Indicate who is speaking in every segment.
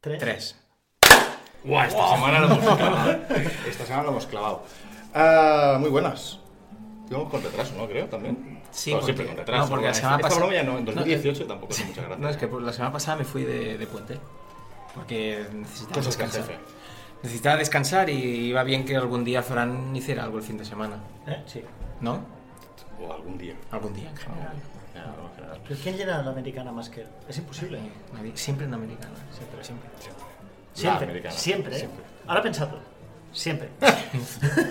Speaker 1: ¿Tres?
Speaker 2: Tres.
Speaker 3: Guau, esta semana lo hemos clavado.
Speaker 4: Esta semana lo hemos clavado. Ah, muy buenas. Íbamos con retraso, ¿no? Creo también.
Speaker 2: Sí,
Speaker 4: Bueno,
Speaker 2: porque-
Speaker 4: siempre con retraso.
Speaker 2: no, porque la
Speaker 4: Esta
Speaker 2: semana
Speaker 4: esta
Speaker 2: pasada-
Speaker 4: broma ya no, en
Speaker 2: no,
Speaker 4: 2018 tampoco es mucha gracia.
Speaker 2: No, es que pues, la semana pasada me fui de, de puente. Porque necesitaba
Speaker 4: Cosas del
Speaker 2: descansar.
Speaker 4: jefe.
Speaker 2: Necesitaba descansar y iba bien que algún día Fran hiciera algo el fin de semana.
Speaker 1: ¿Eh? Sí.
Speaker 2: ¿No?
Speaker 4: O algún día.
Speaker 2: Algún día en general.
Speaker 4: Ya, no, en general.
Speaker 1: ¿Pero quién llena la americana más que él? Es imposible.
Speaker 2: Nadie- Siempre en americano. Siempre, siempre.
Speaker 1: Siempre.
Speaker 4: americana.
Speaker 1: siempre, ¿eh?
Speaker 4: Siempre.
Speaker 1: Ahora pensadlo. Siempre.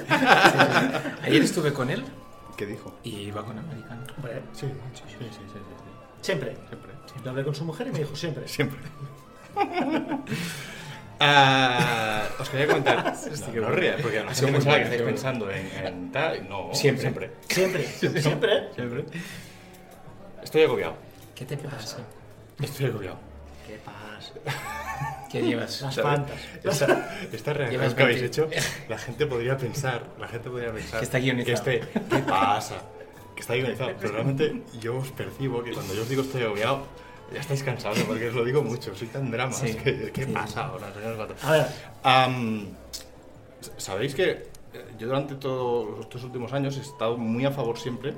Speaker 2: Ayer estuve con él
Speaker 4: ¿Qué dijo?
Speaker 2: y iba con americano.
Speaker 1: Hombre, ¿eh?
Speaker 4: Sí, sí, sí, sí, sí, sí.
Speaker 1: siempre.
Speaker 4: Siempre.
Speaker 1: Yo hablé con su mujer y me dijo siempre.
Speaker 4: Siempre. Ah, os quería comentar. No, no os ríais, porque no sé
Speaker 2: muy
Speaker 4: pensaba que
Speaker 2: bueno,
Speaker 4: estáis
Speaker 2: muy
Speaker 4: pensando en, en tal. No,
Speaker 2: Siempre.
Speaker 4: siempre.
Speaker 1: Siempre. Siempre. ¿eh?
Speaker 4: Siempre. Estoy agobiado.
Speaker 2: ¿Qué te pasa?
Speaker 4: Estoy agobiado.
Speaker 1: ¿Qué pasa?
Speaker 2: ¿Qué llevas?
Speaker 1: Las
Speaker 4: ¿Sabes?
Speaker 1: pantas.
Speaker 4: Esta, esta
Speaker 2: Llevas
Speaker 4: reacción que habéis
Speaker 2: 20.
Speaker 4: hecho, la gente podría pensar, la gente podría pensar
Speaker 2: Que está guionizado.
Speaker 4: que este, ¿qué pasa? Que está guionizado, pero realmente yo os percibo que cuando yo os digo estoy agobiado, ya estáis cansados, porque os lo digo mucho, soy tan drama,
Speaker 2: Sí.
Speaker 4: que ¿qué pasa ahora, señor Gato?
Speaker 1: A ver.
Speaker 4: Am, s- Sabéis que eh, yo durante todos estos últimos años he estado muy a favor siempre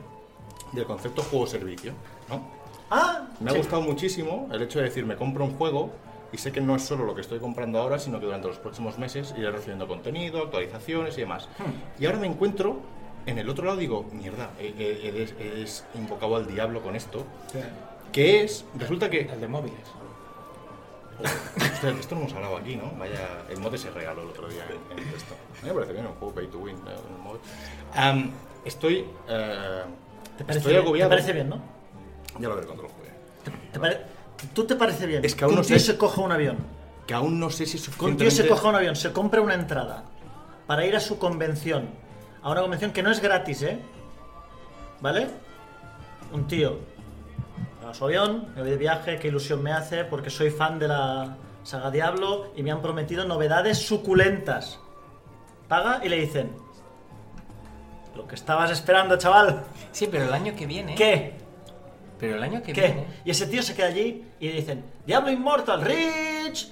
Speaker 4: del concepto juego-servicio, ¿no?
Speaker 1: Ah,
Speaker 4: Me ha gustado muchísimo el hecho de decir, me compro un juego y sé que no es solo lo que estoy comprando ahora, sino que durante los próximos meses iré recibiendo contenido, actualizaciones y demás.
Speaker 1: Hmm.
Speaker 4: Y ahora me encuentro en el otro lado y digo, mierda, he, he- he des- he des- invocado al diablo con esto. Que es, resulta que...
Speaker 2: El de móviles.
Speaker 4: Hostia, esto no hemos hablado aquí, ¿no? Vaya, el mod se regaló el otro día en, en esto. A mí me parece bien, un juego pay to win. eh, un mod. Am, estoy... eh,
Speaker 1: ¿te parece,
Speaker 4: estoy
Speaker 1: bien?
Speaker 4: agobiado.
Speaker 1: ¿Te parece bien, no?
Speaker 4: Ya lo veré cuando lo juegue.
Speaker 1: ¿Te pare- ¿Tú te parece bien?
Speaker 4: Es que aún
Speaker 1: un
Speaker 4: no
Speaker 1: tío
Speaker 4: sé-
Speaker 1: se coja un avión.
Speaker 4: Que aún no sé si es
Speaker 1: Que un
Speaker 4: suficiente.
Speaker 1: tío se coja un avión, se compra una entrada para ir a su convención. A una convención que no es gratis, ¿eh? ¿Vale? Un tío. A su avión, me voy de viaje, qué ilusión me hace, porque soy fan de la saga Diablo y me han prometido novedades suculentas. Paga y le dicen. Lo que estabas esperando, chaval.
Speaker 2: Sí, pero el año que viene.
Speaker 1: ¿Qué?
Speaker 2: Pero el año que
Speaker 1: ¿Qué?
Speaker 2: viene.
Speaker 1: Y ese tío se queda allí y le dicen, Diablo Immortal, Rich,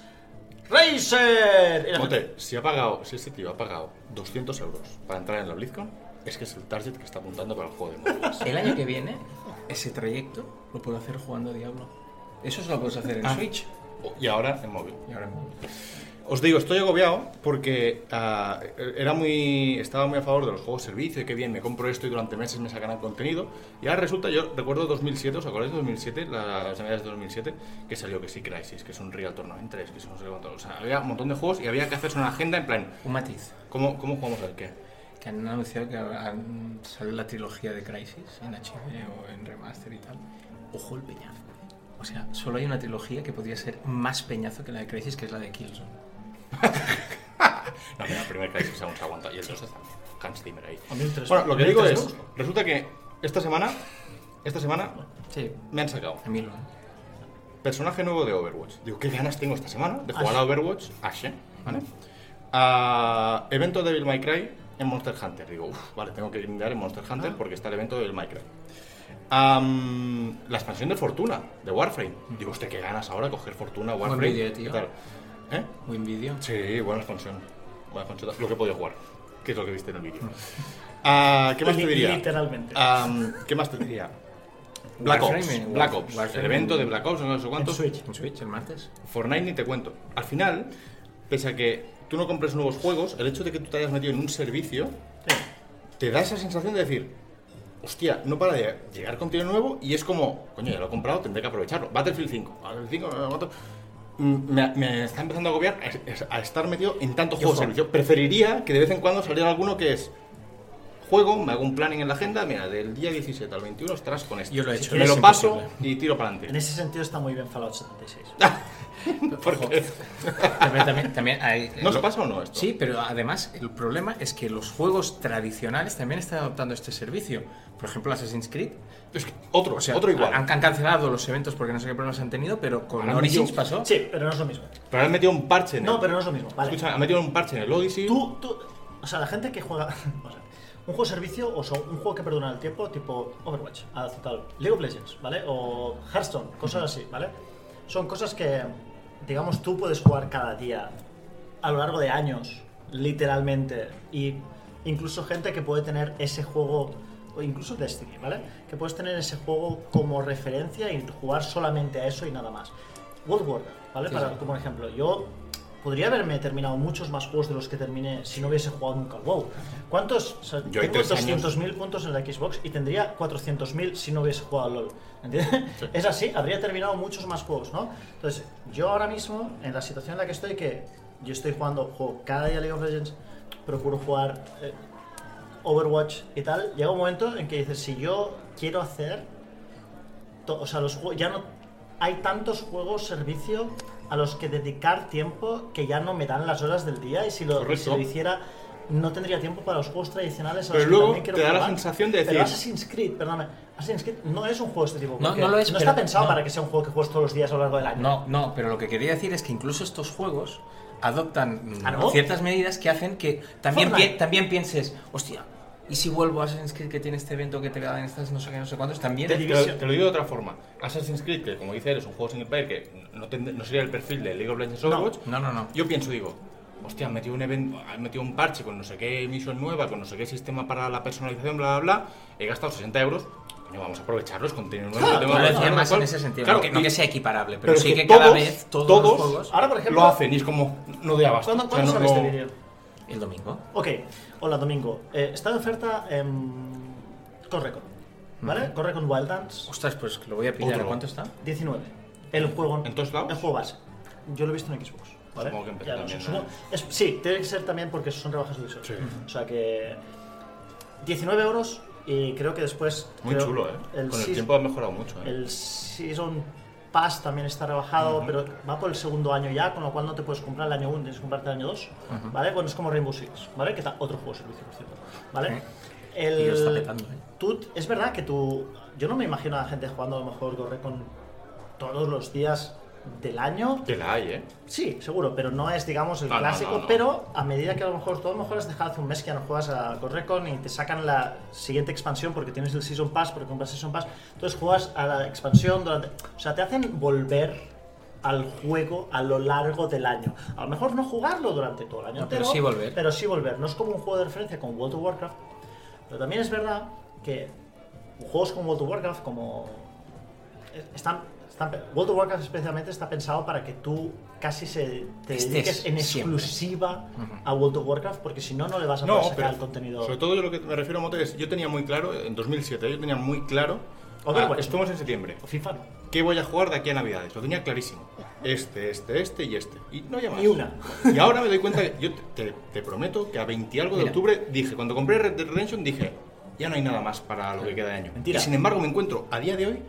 Speaker 1: Racer. Y la gente,
Speaker 4: Mote, si ha pagado, si ese tío ha pagado 200 euros para entrar en la BlizzCon, es que es el target que está apuntando para el juego de móviles.
Speaker 2: El año que viene, ese trayecto lo puedo hacer jugando a Diablo. Eso solo lo puedes hacer en
Speaker 4: Ah.
Speaker 2: Switch.
Speaker 4: O- y ahora en móvil.
Speaker 2: Y ahora en móvil.
Speaker 4: Os digo, estoy agobiado porque ah, era muy, estaba muy a favor de los juegos servicio y qué bien, me compro esto y durante meses me sacarán contenido. Y ahora resulta, yo recuerdo 2007, ¿os acordáis de 2007? Las navidades de 2007, que salió que sí Crisis, que es un Real Tournament 3, que es un segundo. O sea, había un montón de juegos y había que hacerse una agenda en plan,
Speaker 2: Un matiz.
Speaker 4: ¿cómo, cómo jugamos al qué?
Speaker 2: Que han anunciado que han- sale la trilogía de Crisis en HD o en remaster y tal. Ojo el peñazo. eh. O sea, solo hay una trilogía que podría ser más peñazo que la de Crisis, que es la de Killzone.
Speaker 4: No, mira, el primer Crisis aún se aguanta. Y el 2 también. Hans Zimmer ahí.
Speaker 1: A mí el tres-
Speaker 4: Bueno, lo que
Speaker 1: a mí el
Speaker 4: digo
Speaker 1: tres
Speaker 4: es,
Speaker 1: no.
Speaker 4: resulta que esta semana, esta semana
Speaker 2: Sí.
Speaker 4: me han sacado
Speaker 2: A mí lo.
Speaker 4: personaje nuevo de Overwatch. Digo, ¿qué ganas tengo esta semana de jugar
Speaker 1: Ashe.
Speaker 4: a Overwatch? Ashe, ¿vale? A evento de Devil May Cry en Monster Hunter. Digo, uff, vale, tengo que mirar en Monster Hunter porque está el evento de Devil May Cry. Am, la expansión de Fortuna, de Warframe. Digo, usted, ¿qué ganas ahora coger Fortuna, Warframe?
Speaker 2: vídeo, tío.
Speaker 4: Claro. ¿Eh?
Speaker 2: Buen vídeo.
Speaker 4: Sí, buena expansión. Buena expansión. Lo que he podido jugar, que es lo que viste en el vídeo. Ah, ¿Qué más te
Speaker 1: Li-
Speaker 4: diría? Ah.
Speaker 1: literalmente.
Speaker 4: Am, ¿Qué más te diría? Black
Speaker 2: Warframe,
Speaker 4: Ops. Black
Speaker 2: War-
Speaker 4: Ops.
Speaker 2: Warframe.
Speaker 4: El evento de Black Ops, no sé
Speaker 1: En
Speaker 4: cuántos.
Speaker 1: Switch.
Speaker 2: En Switch, el martes.
Speaker 4: Fortnite ni te cuento. Al final, pese a que tú no compres nuevos juegos, el hecho de que tú te hayas metido en un servicio
Speaker 1: Sí.
Speaker 4: te da esa sensación de decir, hostia, no para de llegar contenido nuevo y es como, coño, ya lo he comprado, tendré que aprovecharlo. Battlefield 5, Battlefield 5, eh, otro. Mm, me, me está empezando a agobiar a, a estar metido en tanto juego
Speaker 1: ojo.
Speaker 4: servicio. Preferiría que de vez en cuando saliera alguno que es juego, me hago un planning en la agenda, mira, del día 17 al 21 estarás con esto.
Speaker 2: Yo lo he hecho,
Speaker 4: Me
Speaker 2: es
Speaker 4: lo paso
Speaker 2: imposible.
Speaker 4: y tiro para adelante.
Speaker 1: En ese sentido está muy bien Fallout 76.
Speaker 2: este
Speaker 4: Porque-
Speaker 2: También, también, también hay- eh,
Speaker 4: ¿No se
Speaker 2: lo-
Speaker 4: pasa o no esto?
Speaker 2: Sí, pero además el problema es que los juegos tradicionales también están adoptando este servicio. Por ejemplo, Assassin's Creed.
Speaker 4: Es que otro,
Speaker 2: O sea,
Speaker 4: otro igual.
Speaker 2: Han, han cancelado los eventos porque no sé qué problemas han tenido, pero con
Speaker 4: Ahora
Speaker 2: Origins
Speaker 4: mismo-
Speaker 2: pasó.
Speaker 1: Sí, pero no es lo mismo.
Speaker 4: Pero han metido un parche en
Speaker 1: No,
Speaker 4: el-
Speaker 1: pero no es lo mismo. Vale.
Speaker 4: Escucha, han metido un parche en el Odyssey.
Speaker 1: Tú, tú, o sea, la gente que juega o sea, un juego servicio o sea, un juego que perdona el tiempo, tipo Overwatch, ah, total, League of Legends, ¿vale? O Hearthstone, cosas así, ¿vale? Son cosas que digamos, tú puedes jugar cada día a lo largo de años, literalmente. Y incluso gente que puede tener ese juego, o incluso Destiny, ¿vale? Que puedes tener ese juego como referencia y jugar solamente a eso y nada más. World War, ¿vale?
Speaker 2: Sí,
Speaker 1: Para,
Speaker 2: sí.
Speaker 1: Como ejemplo, yo podría haberme terminado muchos más juegos de los que terminé si no hubiese jugado nunca al WoW. ¿Cuántos? O sea,
Speaker 4: Yo hay
Speaker 1: tengo
Speaker 4: tres años.
Speaker 1: 200.000 puntos en la Xbox y tendría 400.000 si no hubiese jugado al LoL. ¿Entiendes? Es así, habría terminado muchos más juegos, ¿no? Entonces, yo ahora mismo, en la situación en la que estoy, que yo estoy jugando juego cada día League of Legends, procuro jugar eh, Overwatch y tal, llega un momento en que dices, si yo quiero hacer to- o sea, los juegos, ya no hay tantos juegos servicio a los que dedicar tiempo que ya no me dan las horas del día y si lo, y si
Speaker 4: Correcto.
Speaker 1: lo hiciera no tendría tiempo para los juegos tradicionales a los
Speaker 4: Pero
Speaker 1: que
Speaker 4: luego
Speaker 1: también quiero
Speaker 4: te da la
Speaker 1: jugar.
Speaker 4: sensación de
Speaker 1: Pero
Speaker 4: decir-
Speaker 1: Assassin's Creed, perdóname, Assassin's Creed no es un juego de este tipo.
Speaker 2: No,
Speaker 1: porque
Speaker 2: no lo es,
Speaker 1: No está
Speaker 2: pero-
Speaker 1: pensado
Speaker 2: no.
Speaker 1: para que sea un juego que juegues todos los días a lo largo del año.
Speaker 2: No, no, pero lo que quería decir es que incluso estos juegos adoptan mm,
Speaker 1: Ah, ¿no?
Speaker 2: ciertas medidas que hacen que también,
Speaker 1: Fortnite.
Speaker 2: pi- también pienses, hostia, ¿y si vuelvo a Assassin's Creed que tiene este evento que te dan estas no sé qué, no sé cuántos? También...
Speaker 4: Te,
Speaker 1: The
Speaker 4: te lo,
Speaker 1: Division.
Speaker 4: te lo digo de otra forma. Assassin's Creed, que como dice, eres un juego single player que no, tend- no sería el perfil de League of Legends
Speaker 1: No.
Speaker 4: Overwatch.
Speaker 2: No, no, no.
Speaker 4: Yo pienso, digo, hostia, han metido un, evento, han metido un parche con no sé qué misión nueva, con no sé qué sistema para la personalización, bla, bla, bla. He gastado 60 euros. Coño, vamos a aprovecharlos, contenido nuevo.
Speaker 2: Yo
Speaker 4: tema
Speaker 2: lo
Speaker 4: de
Speaker 2: decía
Speaker 4: jugar,
Speaker 2: más
Speaker 4: tal
Speaker 2: en
Speaker 4: cual.
Speaker 2: ese sentido,
Speaker 4: Claro,
Speaker 2: no, que, no
Speaker 4: y-
Speaker 2: que sea equiparable, pero,
Speaker 4: pero es
Speaker 2: sí
Speaker 4: que
Speaker 2: que, cada
Speaker 4: todos-
Speaker 2: vez todos,
Speaker 4: todos-
Speaker 2: los juegos...
Speaker 1: Ahora, por ejemplo,
Speaker 4: Lo hacen y es como, no de abasto.
Speaker 1: ¿Cuándo,
Speaker 4: O
Speaker 1: cuándo
Speaker 4: sea,
Speaker 1: sale
Speaker 4: no-
Speaker 1: este vídeo?
Speaker 2: El domingo.
Speaker 1: Ok, hola Domingo. Eh, está de oferta em, Correcon, ¿vale? Correcon Wild Dance
Speaker 2: Ostras, pues lo voy a pillar.
Speaker 4: Otro.
Speaker 2: ¿Cuánto está?
Speaker 1: 19. El juego.
Speaker 4: ¿En todos lados?
Speaker 1: El juego base. Yo lo he visto en Xbox. ¿vale?
Speaker 4: Supongo que en PC
Speaker 1: Ya lo
Speaker 4: también,
Speaker 1: sé,
Speaker 4: ¿no?
Speaker 1: supongo- es- sí, tiene que ser también porque son rebajas de Ubisoft.
Speaker 4: Sí.
Speaker 1: O sea que. 19 euros y creo que después.
Speaker 4: Muy
Speaker 1: creo-
Speaker 4: chulo, ¿eh?
Speaker 1: El
Speaker 4: Con el
Speaker 1: seas-
Speaker 4: tiempo ha mejorado mucho, ¿eh?
Speaker 1: el Season Pass también está rebajado, pero va por el segundo año ya, con lo cual no te puedes comprar el año 1, tienes que comprarte el año 2, ¿vale? Bueno, es como Rainbow Six, ¿vale? Que está otro juego de servicio, por cierto, ¿vale? El,
Speaker 2: Y lo está petando, ¿eh?
Speaker 1: tú- es verdad que tú... Yo no me imagino a la gente jugando a lo mejor corre con todos los días del año.
Speaker 4: Que la hay, ¿eh?
Speaker 1: Sí, seguro, pero no es, digamos, el
Speaker 4: No, no,
Speaker 1: clásico.
Speaker 4: no, no.
Speaker 1: Pero a medida que a lo mejor tú a lo mejor has dejado hace un mes que ya no juegas a Correcon y te sacan la siguiente expansión porque tienes el Season Pass, porque compras Season Pass, entonces juegas a la expansión durante. O sea, te hacen volver al juego a lo largo del año. A lo mejor no jugarlo durante todo el año
Speaker 2: No, pero
Speaker 1: entero,
Speaker 2: sí volver.
Speaker 1: Pero sí volver. No es como un juego de referencia con World of Warcraft. Pero también es verdad que juegos como World of Warcraft, como están, están- World of Warcraft especialmente está pensado para que tú casi se, te
Speaker 2: Estés
Speaker 1: dediques en
Speaker 2: siempre.
Speaker 1: exclusiva a World of Warcraft porque si no, no le vas a poder
Speaker 4: No,
Speaker 1: sacar
Speaker 4: pero
Speaker 1: el contenido.
Speaker 4: sobre todo yo lo que me refiero, Mote, es yo tenía muy claro, en 2007, yo tenía muy claro,
Speaker 1: Overwatch.
Speaker 4: ah, estamos en septiembre,
Speaker 1: FIFA no.
Speaker 4: ¿qué voy a jugar de aquí a Navidades? Lo tenía clarísimo. Este, este, este y este. Y no había más.
Speaker 1: Ni una.
Speaker 4: Y ahora me doy cuenta, que yo te, te- te prometo que a 20 y algo de
Speaker 2: Mira.
Speaker 4: octubre dije, cuando compré Red Dead Redemption dije, ya no hay nada más para lo que queda de año.
Speaker 1: Mentira.
Speaker 4: Y sin embargo me encuentro a día de hoy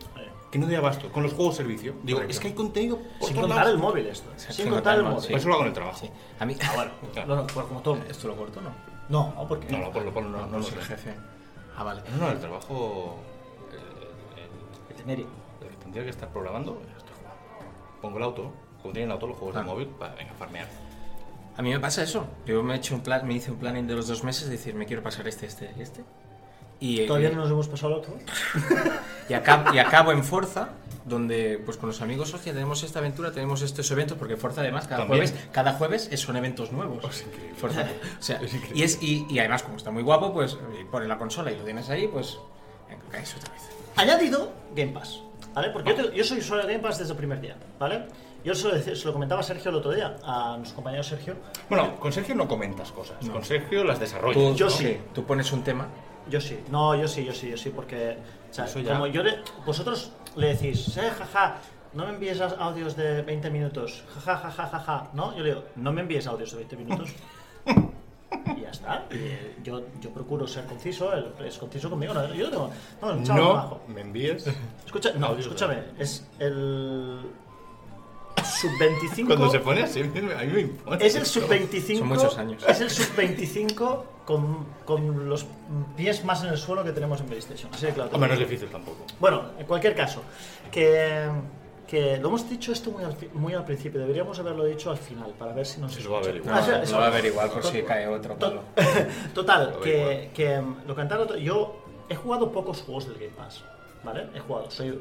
Speaker 4: que no doy abasto con los juegos servicio. Digo,
Speaker 2: Correcto.
Speaker 4: es que hay contenido por
Speaker 1: Sin
Speaker 4: todos
Speaker 1: contar
Speaker 4: lados.
Speaker 1: el móvil esto.
Speaker 2: Sí,
Speaker 1: Sin contar el móvil.
Speaker 2: sí.
Speaker 4: Por eso lo hago en el trabajo.
Speaker 2: Sí. A mí... Ah, bueno.
Speaker 1: No, no, por- como todo.
Speaker 2: ¿Esto lo corto no?
Speaker 1: No, no, porque.
Speaker 4: No, no, por lo por lo- no, no lo
Speaker 2: soy
Speaker 4: sé.
Speaker 2: el jefe. Ah, vale.
Speaker 4: No, no, el trabajo... eh, eh,
Speaker 1: que te mire.
Speaker 4: El que tendría que estar programando, estoy jugando. Pongo el auto, como tienen el auto los juegos
Speaker 2: Ah.
Speaker 4: de móvil, para venga, farmear.
Speaker 2: A mí me pasa eso. Yo me, he hecho un plan, me hice un planning de los dos meses de decir, me quiero pasar este, este, este. Y, eh,
Speaker 1: Todavía no nos hemos pasado al otro.
Speaker 2: y, acab- y acabo en Forza, donde pues con los amigos, hostia, tenemos esta aventura, tenemos estos eventos, porque Forza además cada
Speaker 4: También.
Speaker 2: jueves cada jueves Oh, es- son eventos nuevos.
Speaker 4: increíble.
Speaker 2: Forza. O sea, y, es, y, y además como está muy guapo, pues eh, pone la consola y lo tienes ahí, pues venga, caes otra vez.
Speaker 1: Añadido Game Pass, ¿vale? Porque yo, te- yo soy usuario de Game Pass desde el primer día, ¿vale? Yo se lo, decía- se lo comentaba a Sergio el otro día, a nuestro compañero Sergio.
Speaker 4: Bueno, con Sergio no comentas cosas,
Speaker 2: No.
Speaker 4: con Sergio las
Speaker 2: Tú,
Speaker 4: desarrollas.
Speaker 1: Yo
Speaker 2: ¿no?
Speaker 1: sí.
Speaker 2: Tú pones un tema.
Speaker 1: Yo sí, no, yo sí, yo sí, yo sí, porque o sea,
Speaker 4: Eso ya.
Speaker 1: como yo le- vosotros le decís, eh, jaja, no me envíes as- audios de 20 minutos, jaja, jaja, jaja, ¿no? Yo le digo, no me envíes audios de 20 minutos. y ya está. Y, eh, yo, yo procuro ser conciso, él es conciso conmigo, no, yo tengo, no, chao,
Speaker 4: No
Speaker 1: trabajo.
Speaker 4: me envíes.
Speaker 1: Escucha, no,
Speaker 4: Audios,
Speaker 1: escúchame, es el sub 25
Speaker 4: Cuando se pone así, a mí me- a mí me impone.
Speaker 1: es el sub-25.
Speaker 2: Son muchos años.
Speaker 1: Es el sub-25 con, con los pies más en el suelo que tenemos en PlayStation. Así de claro.
Speaker 4: Hombre, no es difícil tampoco.
Speaker 1: Bueno, en cualquier caso, que, que lo hemos dicho esto muy al, fi- muy al principio. Deberíamos haberlo dicho al final para ver si nos.
Speaker 4: Se lo va a ver
Speaker 1: escucha.
Speaker 4: igual.
Speaker 1: Ah, sí,
Speaker 2: No,
Speaker 1: eso-
Speaker 2: lo va a ver igual por
Speaker 1: to-
Speaker 2: si cae otro palo.
Speaker 1: Total,
Speaker 4: Lo
Speaker 1: que,
Speaker 4: igual.
Speaker 1: que mm, lo cantaba otro. Yo he jugado pocos juegos del Game Pass, ¿vale? He jugado, soy.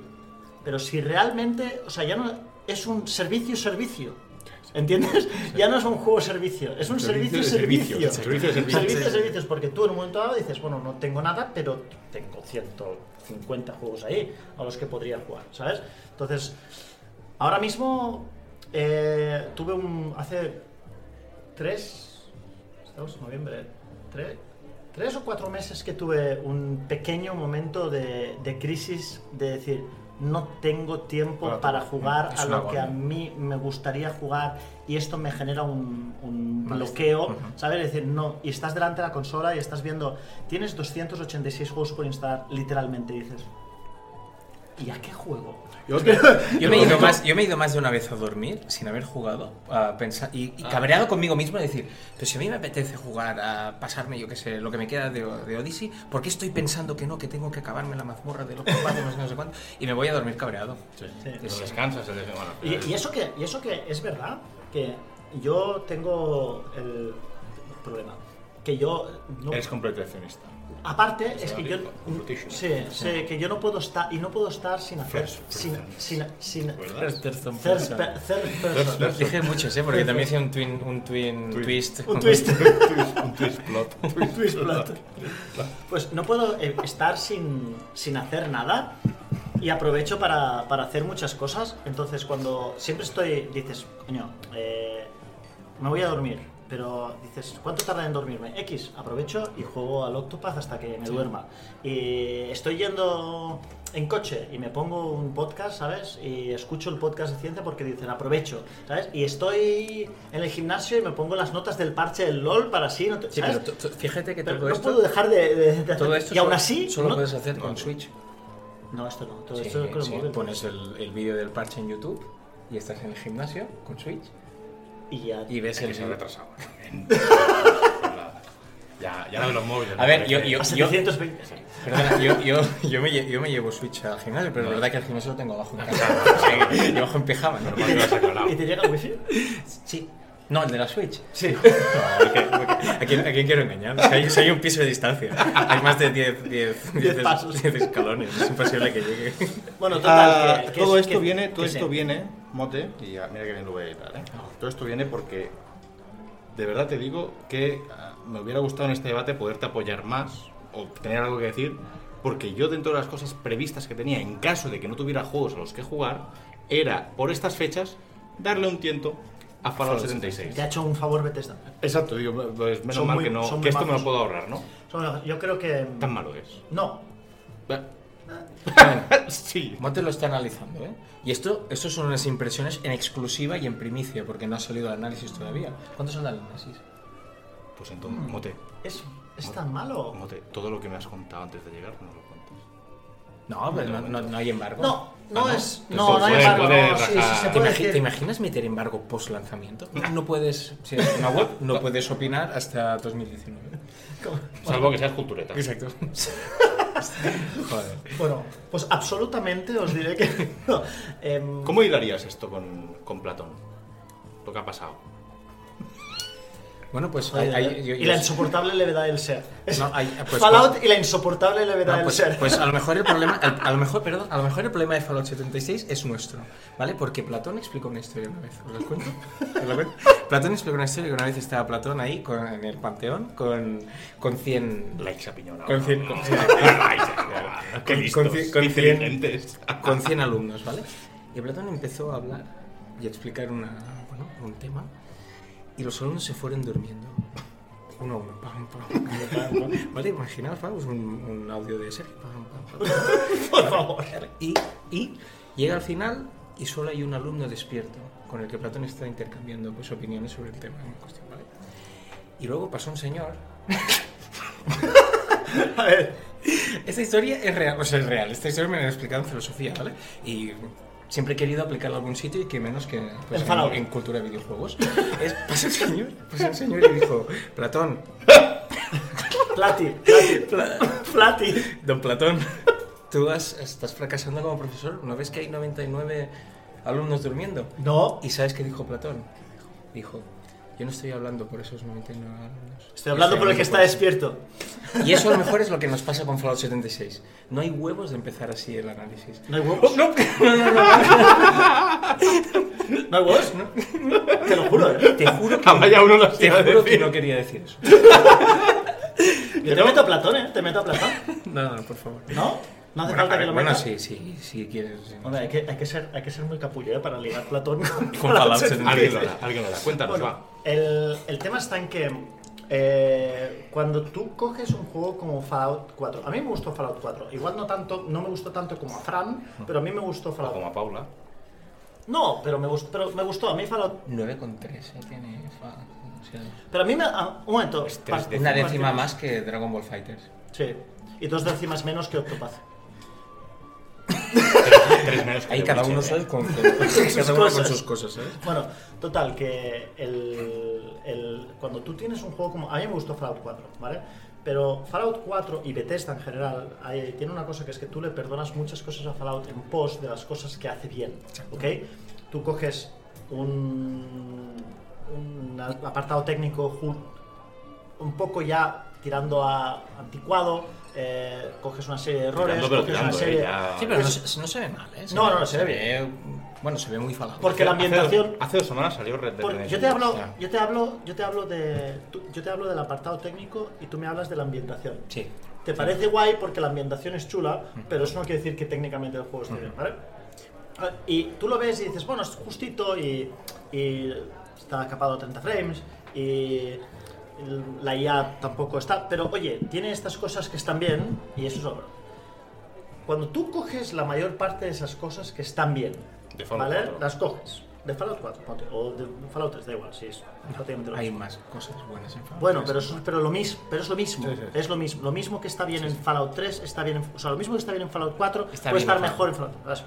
Speaker 1: Pero si realmente. O sea, ya no. es un servicio-servicio. ¿Entiendes? Ya no es un juego servicio, es un servicio servicio.
Speaker 4: Servicio de servicios, servicio de servicios.
Speaker 1: Servicio de servicios, porque tú en un momento dado dices, bueno, no tengo nada, pero tengo 150 juegos ahí a los que podría jugar, ¿sabes? Entonces, ahora mismo eh, tuve un. hace 3. Estamos en noviembre, 3. Tres o cuatro meses que tuve un pequeño momento de, de crisis de decir, no tengo tiempo
Speaker 4: Para
Speaker 1: para,
Speaker 4: todo.
Speaker 1: jugar
Speaker 2: Es
Speaker 1: a
Speaker 2: una
Speaker 1: lo que a
Speaker 2: agonía.
Speaker 1: mí me gustaría jugar y esto me genera un, un
Speaker 2: Malestar.
Speaker 1: bloqueo,
Speaker 2: Ujú.
Speaker 1: ¿sabes? Es decir, no, y estás delante de la consola y estás viendo, tienes 286 juegos por instalar, literalmente, y dices, ¿y a qué juego?
Speaker 4: Yo te-
Speaker 2: Yo me, he ido más, yo me he ido más de una vez a dormir sin haber jugado a pensar, y, y cabreado conmigo mismo de decir, pero si a mí me apetece jugar a pasarme, yo qué sé, lo que me queda de, de Odyssey, ¿por qué estoy pensando que no, que tengo que acabarme la mazmorra de los combates, no sé, no sé cuánto? Y me voy a dormir cabreado.
Speaker 4: Sí.
Speaker 1: Sí.
Speaker 3: Pero descansas el de semana.
Speaker 1: Y, y eso que, y eso que es verdad, que yo tengo el problema, que yo... no-
Speaker 4: Eres completeccionista.
Speaker 1: Aparte, es que yo.
Speaker 4: abrir competition.
Speaker 1: Sí, sí, que yo no puedo estar. Y no puedo estar sin hacer.
Speaker 4: First
Speaker 1: Sin.
Speaker 4: person.
Speaker 1: Sin. Sin.
Speaker 4: ¿Verdad?
Speaker 1: Third pe- third person.
Speaker 4: person.
Speaker 2: Dije muchos, ¿eh? Porque también hice un, twin, un twin
Speaker 4: Twin.
Speaker 2: twist.
Speaker 1: Un twist.
Speaker 4: Un twist plot.
Speaker 1: Un twist plot. Pues no puedo eh, estar sin, sin hacer nada y aprovecho para, para hacer muchas cosas. Entonces, cuando siempre estoy, dices, coño, eh, me voy a dormir, pero dices, ¿cuánto tarda en dormirme? X, aprovecho y juego al Octopath hasta que me duerma. Y estoy yendo en coche y me pongo un podcast, ¿sabes? Y escucho el podcast de ciencia porque dicen, aprovecho, ¿sabes? Y estoy en el gimnasio y me pongo las notas del parche del LOL para así, no te-
Speaker 2: Sí,
Speaker 1: ¿sabes?
Speaker 2: pero tú- tú- fíjate que
Speaker 1: Ah, Pero
Speaker 2: todo
Speaker 1: no
Speaker 2: esto,
Speaker 1: puedo dejar de, de- de-
Speaker 2: todo esto
Speaker 1: y aún
Speaker 2: solo-
Speaker 1: así
Speaker 2: solo
Speaker 1: no,
Speaker 2: puedes hacer con Switch.
Speaker 1: no esto no todo
Speaker 2: Sí,
Speaker 1: esto es con el
Speaker 2: sí,
Speaker 1: móvil.
Speaker 2: Pones el, el vídeo del parche en YouTube y estás en el gimnasio con Switch
Speaker 1: y ya
Speaker 2: y ves
Speaker 4: Es que
Speaker 2: el
Speaker 4: se ha
Speaker 2: vídeo.
Speaker 4: retrasado. también. ya, ya lo de los móviles.
Speaker 2: A ver, yo- yo-
Speaker 1: a 720
Speaker 2: Perdona, yo, yo, yo, me, lle- yo me llevo Switch al gimnasio, pero la verdad que el gimnasio lo tengo abajo en casa. O sea, yo bajo en pijama,
Speaker 1: y,
Speaker 2: normal.
Speaker 1: te,
Speaker 4: Lo has aclarado.
Speaker 1: y te llega el wifi
Speaker 2: Sí. No, el de la Switch.
Speaker 1: sí
Speaker 2: No, ¿qué- ¿A quién, a quién quiero engañar? Si hay, si hay un piso de distancia. Hay más de 10 10
Speaker 1: Diez
Speaker 2: 10
Speaker 1: pasos.
Speaker 2: 10 escalones. Es imposible que llegue.
Speaker 1: bueno
Speaker 4: Ah,
Speaker 1: total que- que
Speaker 4: todo
Speaker 1: es-
Speaker 4: esto
Speaker 1: que-
Speaker 4: viene, todo
Speaker 1: que
Speaker 4: esto
Speaker 1: se-
Speaker 4: viene, mote, y ya, mira que bien lo voy a editar, ¿eh? Todo esto viene porque de verdad te digo que ah, me hubiera gustado en este debate poderte apoyar más o tener algo que decir, porque yo dentro de las cosas previstas que tenía en caso de que no tuviera juegos a los que jugar, era por estas fechas darle un tiento a Fallout 76.
Speaker 1: te ha hecho un favor Bethesda
Speaker 4: Exacto, digo, pues menos
Speaker 1: Son
Speaker 4: mal
Speaker 1: muy-
Speaker 4: que no,
Speaker 1: son muy
Speaker 4: que esto me lo
Speaker 1: majos.
Speaker 4: puedo ahorrar, ¿no?
Speaker 1: Son- yo creo que
Speaker 4: Tan malo es.
Speaker 1: no
Speaker 4: sí.
Speaker 2: Monte lo está analizando, ¿eh? Y esto, esto son unas impresiones en exclusiva y en primicia, porque no ha salido el análisis todavía. ¿Cuántos son el análisis?
Speaker 4: Pues entonces, mote.
Speaker 1: es es tan malo
Speaker 4: Mote, todo lo que me has contado antes de llegar no lo cuentes.
Speaker 2: No, pero no, no- no hay embargo.
Speaker 1: no no
Speaker 4: Ah, no.
Speaker 1: es
Speaker 4: Pues
Speaker 1: no no
Speaker 4: puede-
Speaker 1: hay embargo
Speaker 4: puede
Speaker 1: no, sí, sí,
Speaker 4: rajar.
Speaker 1: se
Speaker 2: ¿Te,
Speaker 1: puede
Speaker 2: imagi-
Speaker 1: decir.
Speaker 2: ¿Te imaginas meter embargo post lanzamiento? No puedes, si es una web, no puedes opinar hasta 2019.
Speaker 4: Salvo que seas cultureta.
Speaker 2: Exacto. Joder.
Speaker 1: bueno pues absolutamente os diré que no. Em,
Speaker 4: ¿Cómo hilarías esto con, con Platón? Lo que ha pasado.
Speaker 2: Bueno, pues hay-
Speaker 1: Ay, ay,
Speaker 2: hay- yo-
Speaker 1: y
Speaker 2: yo-
Speaker 1: la insoportable levedad del ser.
Speaker 2: No, hay- pues-
Speaker 1: Fallout y la insoportable levedad
Speaker 2: No, pues,
Speaker 1: del ser.
Speaker 2: pues a lo mejor el problema, el- a lo mejor, perdón, a lo mejor el problema de Fallout 76 es nuestro, ¿vale? Porque Platón explicó una historia una vez, ¿os la cuento? ¿Os la cuento? Platón explicó una historia que una vez estaba Platón ahí con- en el panteón con, con 100
Speaker 4: La exapiñona.
Speaker 2: Con cien- con-
Speaker 4: Qué
Speaker 2: con-
Speaker 4: listos,
Speaker 2: con cien- con
Speaker 4: qué
Speaker 2: cien-
Speaker 4: inteligentes.
Speaker 2: con 100 alumnos, ¿vale? Y Platón empezó a hablar y a explicar una, bueno, un tema y los alumnos se fueron durmiendo. Uno a uno, pam, pam, pam, pam, pam. ¿Vale? Imaginaos, vamos, un, un audio de Sergio, pam, pam, pam.
Speaker 1: Por favor.
Speaker 2: Y, y llega al final y solo hay un alumno despierto con el que Platón está intercambiando pues, opiniones sobre el tema en cuestión, ¿vale? Y luego pasó un señor. A ver, esta historia es real, o sea, es real. Esta historia me la han explicado en filosofía, ¿vale? Y siempre he querido aplicarla a algún sitio y que menos que
Speaker 1: En
Speaker 2: pues, en,
Speaker 1: Fallout.
Speaker 2: en cultura de videojuegos. Es, pasó un señor, pasó un señor y dijo, Platón,
Speaker 1: Plati, Plati, Plati.
Speaker 2: Don Platón, tú has- estás fracasando como profesor. ¿No ves que hay 99 alumnos durmiendo?
Speaker 1: No.
Speaker 2: ¿Y sabes qué dijo Platón? Dijo, Yo no estoy hablando por esos 99 alumnos.
Speaker 1: Estoy hablando por el que está
Speaker 2: por eso.
Speaker 1: despierto.
Speaker 2: Y eso a lo mejor es lo que nos pasa con Fallout 76. No hay huevos de empezar así el análisis.
Speaker 1: No hay huevos.
Speaker 2: No, no, no, no.
Speaker 1: No hay huevos. Te lo juro, eh.
Speaker 2: Te juro que,
Speaker 4: Ah, vaya uno lo
Speaker 2: te
Speaker 4: hacía
Speaker 2: juro que
Speaker 4: decir.
Speaker 2: no quería decir eso.
Speaker 1: Yo te meto a Platón, eh. Te meto a Platón.
Speaker 2: No, no, por favor.
Speaker 1: ¿No? No hace
Speaker 2: Bueno,
Speaker 1: falta
Speaker 2: a
Speaker 1: que
Speaker 2: ver,
Speaker 1: lo
Speaker 2: bueno,
Speaker 1: metas.
Speaker 2: sí, sí, sí quieres. sí.
Speaker 1: Hombre, hay que, hay que ser, hay que ser muy capullo ¿eh? para ligar Platón con,
Speaker 2: Con Fallout
Speaker 4: Alguien lo hará, alguien lo hará. Cuéntanos,
Speaker 1: Bueno,
Speaker 4: va.
Speaker 1: el, el tema está en que eh, cuando tú coges un juego como Fallout 4, a mí me gustó Fallout 4, igual no tanto, no me gustó tanto como a Fran, pero a mí me gustó
Speaker 4: O Como
Speaker 1: Fallout.
Speaker 4: a Paula.
Speaker 1: No, pero me gustó, pero me gustó a mí Fallout,
Speaker 2: 9,3 eh, tiene. fa- o sea,
Speaker 1: pero a mí me, ah, un momento,
Speaker 4: Es tres
Speaker 1: pa-
Speaker 2: una
Speaker 1: pa-
Speaker 2: décima más que Dragon Ball Fighters.
Speaker 1: Sí, y dos décimas menos que Octopath.
Speaker 4: Tres menos que
Speaker 2: Ahí
Speaker 4: The
Speaker 2: cada uno,
Speaker 4: Witcher,
Speaker 2: ¿sabes?
Speaker 4: ¿eh?
Speaker 2: Con, con- cada uno con
Speaker 1: cosas.
Speaker 2: sus cosas, ¿eh? ¿sabes?
Speaker 1: Bueno, total, que el, el- cuando tú tienes un juego como... A mí me gustó Fallout 4, ¿vale? Pero Fallout 4 y Bethesda en general hay- tiene una cosa que es que tú le perdonas muchas cosas a Fallout en pos de las cosas que hace bien, ¿ok? Tú coges un, un apartado técnico ju- un poco ya tirando a anticuado, eh, coges una serie de errores,
Speaker 4: Tirando, pero
Speaker 1: coges
Speaker 4: tirando,
Speaker 1: una serie...
Speaker 4: ¿eh? Ya-
Speaker 2: Sí, pero no, se- Ah, no se ve mal, ¿eh? Se
Speaker 1: No,
Speaker 2: ve-
Speaker 1: no, no, se ve
Speaker 2: Bueno, se ve muy falado.
Speaker 1: Porque la ambientación-
Speaker 4: Hace, hace dos semanas salió Red Dead
Speaker 1: Por- yo
Speaker 4: Redemption.
Speaker 1: te hablo,
Speaker 2: Ya.
Speaker 1: yo te hablo, yo te hablo de, tú- yo te hablo del apartado técnico y tú me hablas de la ambientación.
Speaker 2: Sí.
Speaker 1: Te parece guay porque la ambientación es chula, pero eso no quiere decir que técnicamente el juego esté bien, ¿vale? Ah, Y tú lo ves y dices, bueno, es justito y, y está capado a 30 frames y el- la IA tampoco está, pero oye, tiene estas cosas que están bien y eso es obra. Cuando tú coges la mayor parte de esas cosas que están bien,
Speaker 4: De Fallout
Speaker 1: ¿vale?
Speaker 4: 4.
Speaker 1: Las coges. De Fallout 4, ponte, o de Fallout 3, da igual, sí, es prácticamente lo
Speaker 2: Hay
Speaker 1: mismo.
Speaker 2: más cosas buenas en Fallout.
Speaker 1: Bueno,
Speaker 2: 3.
Speaker 1: pero, es, pero, lo mis, pero es lo mismo.
Speaker 2: Sí, sí.
Speaker 1: Es lo mismo. Lo mismo que está bien en Fallout 3, está bien en, o sea, lo mismo que está bien en Fallout 4,
Speaker 2: Está
Speaker 1: puede
Speaker 2: bien
Speaker 1: estar
Speaker 2: en
Speaker 1: mejor en Fallout 3.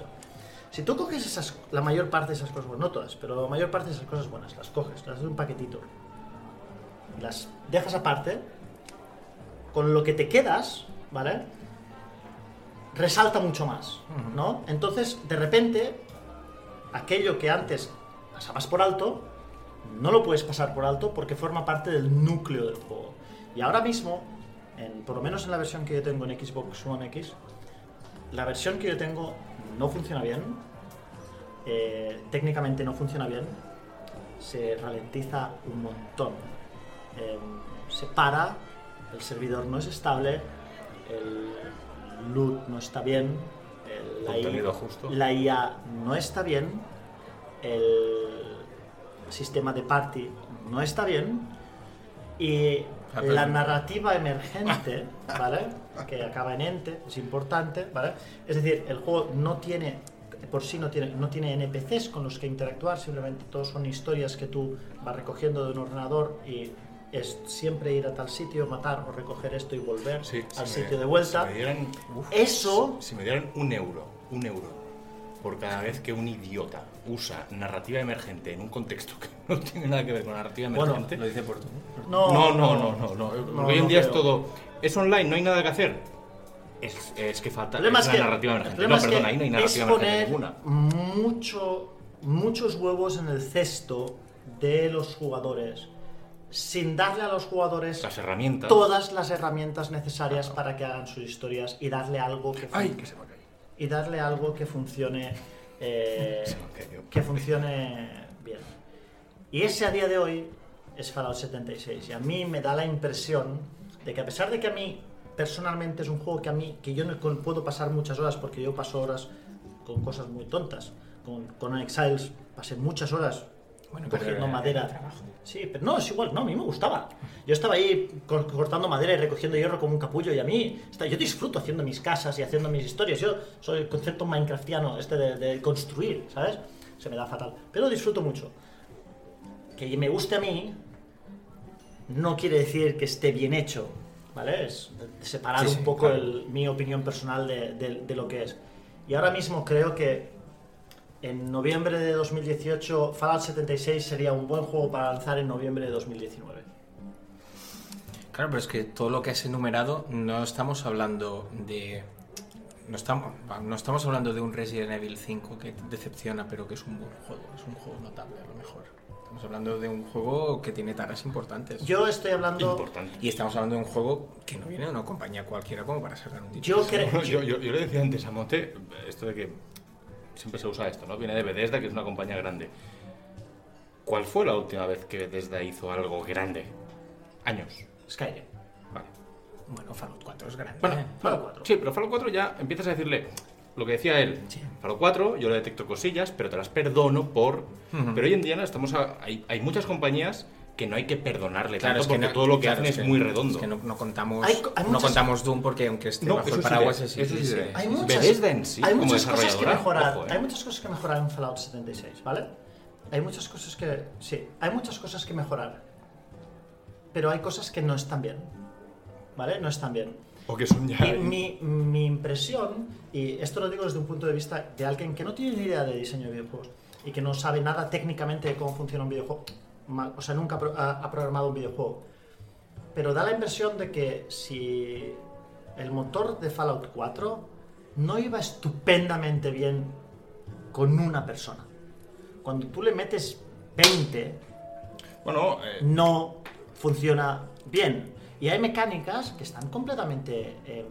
Speaker 1: Si tú coges esas, la mayor parte de esas cosas buenas, no todas, pero la mayor parte de esas cosas buenas, las coges, las haces un paquetito, y las dejas aparte, con lo que te quedas, ¿vale? Resalta mucho más, ¿no? Entonces, de repente, aquello que antes pasabas por alto, no lo puedes pasar por alto porque forma parte del núcleo del juego. Y ahora mismo, en- por lo menos en la versión que yo tengo en Xbox One X, la versión que yo tengo no funciona bien, eh, técnicamente no funciona bien, se ralentiza un montón, eh, se para, el servidor no es estable, el loot no está bien, el- la I-
Speaker 4: Contenido justo.
Speaker 1: la IA no está bien, el sistema de party no está bien y
Speaker 2: Ah, pero
Speaker 1: la
Speaker 2: es un-
Speaker 1: narrativa emergente, ¿vale? Que acaba en ente, es importante, ¿vale? Es decir, el juego no tiene por sí no tiene, no tiene NPCs con los que interactuar, simplemente todos son historias que tú vas recogiendo de un ordenador y es siempre ir a tal sitio, matar o recoger esto y volver
Speaker 4: Sí,
Speaker 1: al
Speaker 4: si me-
Speaker 1: sitio de vuelta.
Speaker 4: si me dieran- uf,
Speaker 1: Eso-
Speaker 4: Si me dieran un euro, un euro, por cada vez que un idiota usa narrativa emergente en un contexto que no tiene nada que ver con narrativa
Speaker 1: Bueno,
Speaker 4: emergente.
Speaker 2: Lo dice por tú.
Speaker 4: no, no, no, no, no.
Speaker 1: No,
Speaker 4: Hoy en
Speaker 1: no
Speaker 4: día es
Speaker 1: creo.
Speaker 4: todo. Es online, no hay nada que hacer. Es, es que falta
Speaker 1: problema
Speaker 4: es
Speaker 1: es
Speaker 4: una
Speaker 1: que-
Speaker 4: narrativa
Speaker 1: el
Speaker 4: emergente.
Speaker 1: problema
Speaker 4: No,
Speaker 1: es que
Speaker 4: perdona, ahí no hay narrativa
Speaker 1: es poner
Speaker 4: emergente ninguna.
Speaker 1: Mucho, muchos huevos en el cesto de los jugadores sin darle a los jugadores
Speaker 4: Las Ah. herramientas.
Speaker 1: todas las herramientas necesarias para que hagan sus historias y darle algo que, fun- y darle algo que funcione eh,
Speaker 4: Se me ha caído.
Speaker 1: que funcione bien. Y ese a día de hoy es Fallout 76. Y a mí me da la impresión de que a pesar de que a mí personalmente es un juego que a mí que yo no con- puedo pasar muchas horas porque yo paso horas con cosas muy tontas. Con, con Exiles pasé muchas horas
Speaker 2: Bueno, pero
Speaker 1: cogiendo
Speaker 2: era-
Speaker 1: madera.
Speaker 2: era trabajo.
Speaker 1: Sí, pero no, es igual, no, a mí me gustaba. Yo estaba ahí cor- cortando madera y recogiendo hierro como un capullo y a mí, está- yo disfruto haciendo mis casas y haciendo mis historias. Yo soy el concepto minecraftiano este de, de construir, ¿sabes? Se me da fatal, pero disfruto mucho. Que me guste a mí no quiere decir que esté bien hecho, ¿vale? Es separar
Speaker 2: Sí, sí,
Speaker 1: un poco
Speaker 2: claro.
Speaker 1: el- mi opinión personal de- de- de lo que es. Y ahora mismo creo que en noviembre de 2018, Fallout 76 sería un buen juego para lanzar en noviembre de 2019.
Speaker 2: Claro, pero es que todo lo que has enumerado no estamos hablando de. No estamos, no estamos hablando de un Resident Evil 5 que decepciona, pero que es un buen juego. Es un juego notable, a lo mejor. Estamos hablando de un juego que tiene taras importantes.
Speaker 1: Yo estoy hablando.
Speaker 3: Importante.
Speaker 2: Y estamos hablando de un juego que no viene de una compañía cualquiera como para sacar un título.
Speaker 1: Yo creo.
Speaker 4: Yo, yo- yo le decía antes a Monte esto de que siempre se usa esto, ¿no? Viene de Bethesda, que es una compañía grande. ¿Cuál fue la última vez que Bethesda hizo algo grande? Años.
Speaker 1: Skyrim.
Speaker 4: Vale.
Speaker 2: Bueno, Fallout 4 es grande.
Speaker 4: Bueno,
Speaker 2: ¿eh?
Speaker 1: Fallout 4.
Speaker 4: Sí, pero Fallout 4 ya empiezas a decirle lo que decía él.
Speaker 2: Sí.
Speaker 4: Fallout 4, yo le detecto cosillas, pero te las perdono por. Pero hoy en día no estamos a- hay, hay muchas compañías que no hay que perdonarle tanto porque todo lo que
Speaker 2: claro,
Speaker 4: hacen es,
Speaker 2: que-
Speaker 4: muy redondo.
Speaker 2: es que no, no contamos,
Speaker 1: Hay- hay
Speaker 2: no
Speaker 1: muchas-
Speaker 2: contamos Doom porque aunque esté
Speaker 4: No,
Speaker 2: bajo
Speaker 4: eso
Speaker 2: el
Speaker 4: sí
Speaker 2: paraguas
Speaker 4: diré,
Speaker 2: es
Speaker 4: eso sí
Speaker 2: difícil.
Speaker 4: diré.
Speaker 1: Hay muchas,
Speaker 4: Bethesda en sí,
Speaker 1: hay
Speaker 4: como
Speaker 1: muchas cosas que
Speaker 4: desarrolladora,
Speaker 1: mejorar.
Speaker 4: ojo, eh.
Speaker 1: Hay muchas cosas que mejorar en Fallout 76, ¿vale? Hay muchas cosas que. Sí, hay muchas cosas que mejorar. Pero hay cosas que no están bien. ¿Vale? No están bien.
Speaker 4: O que son ya.
Speaker 1: Y mi, mi impresión, y esto lo digo desde un punto de vista de alguien que no tiene ni idea de diseño de videojuegos y que no sabe nada técnicamente de cómo funciona un videojuego, ma- o sea, nunca pro- ha, ha programado un videojuego, pero da la impresión de que si el motor de Fallout 4 no iba estupendamente bien con una persona, cuando tú le metes 20,
Speaker 4: Bueno, eh,
Speaker 1: no funciona bien. Y hay mecánicas que están completamente. eh,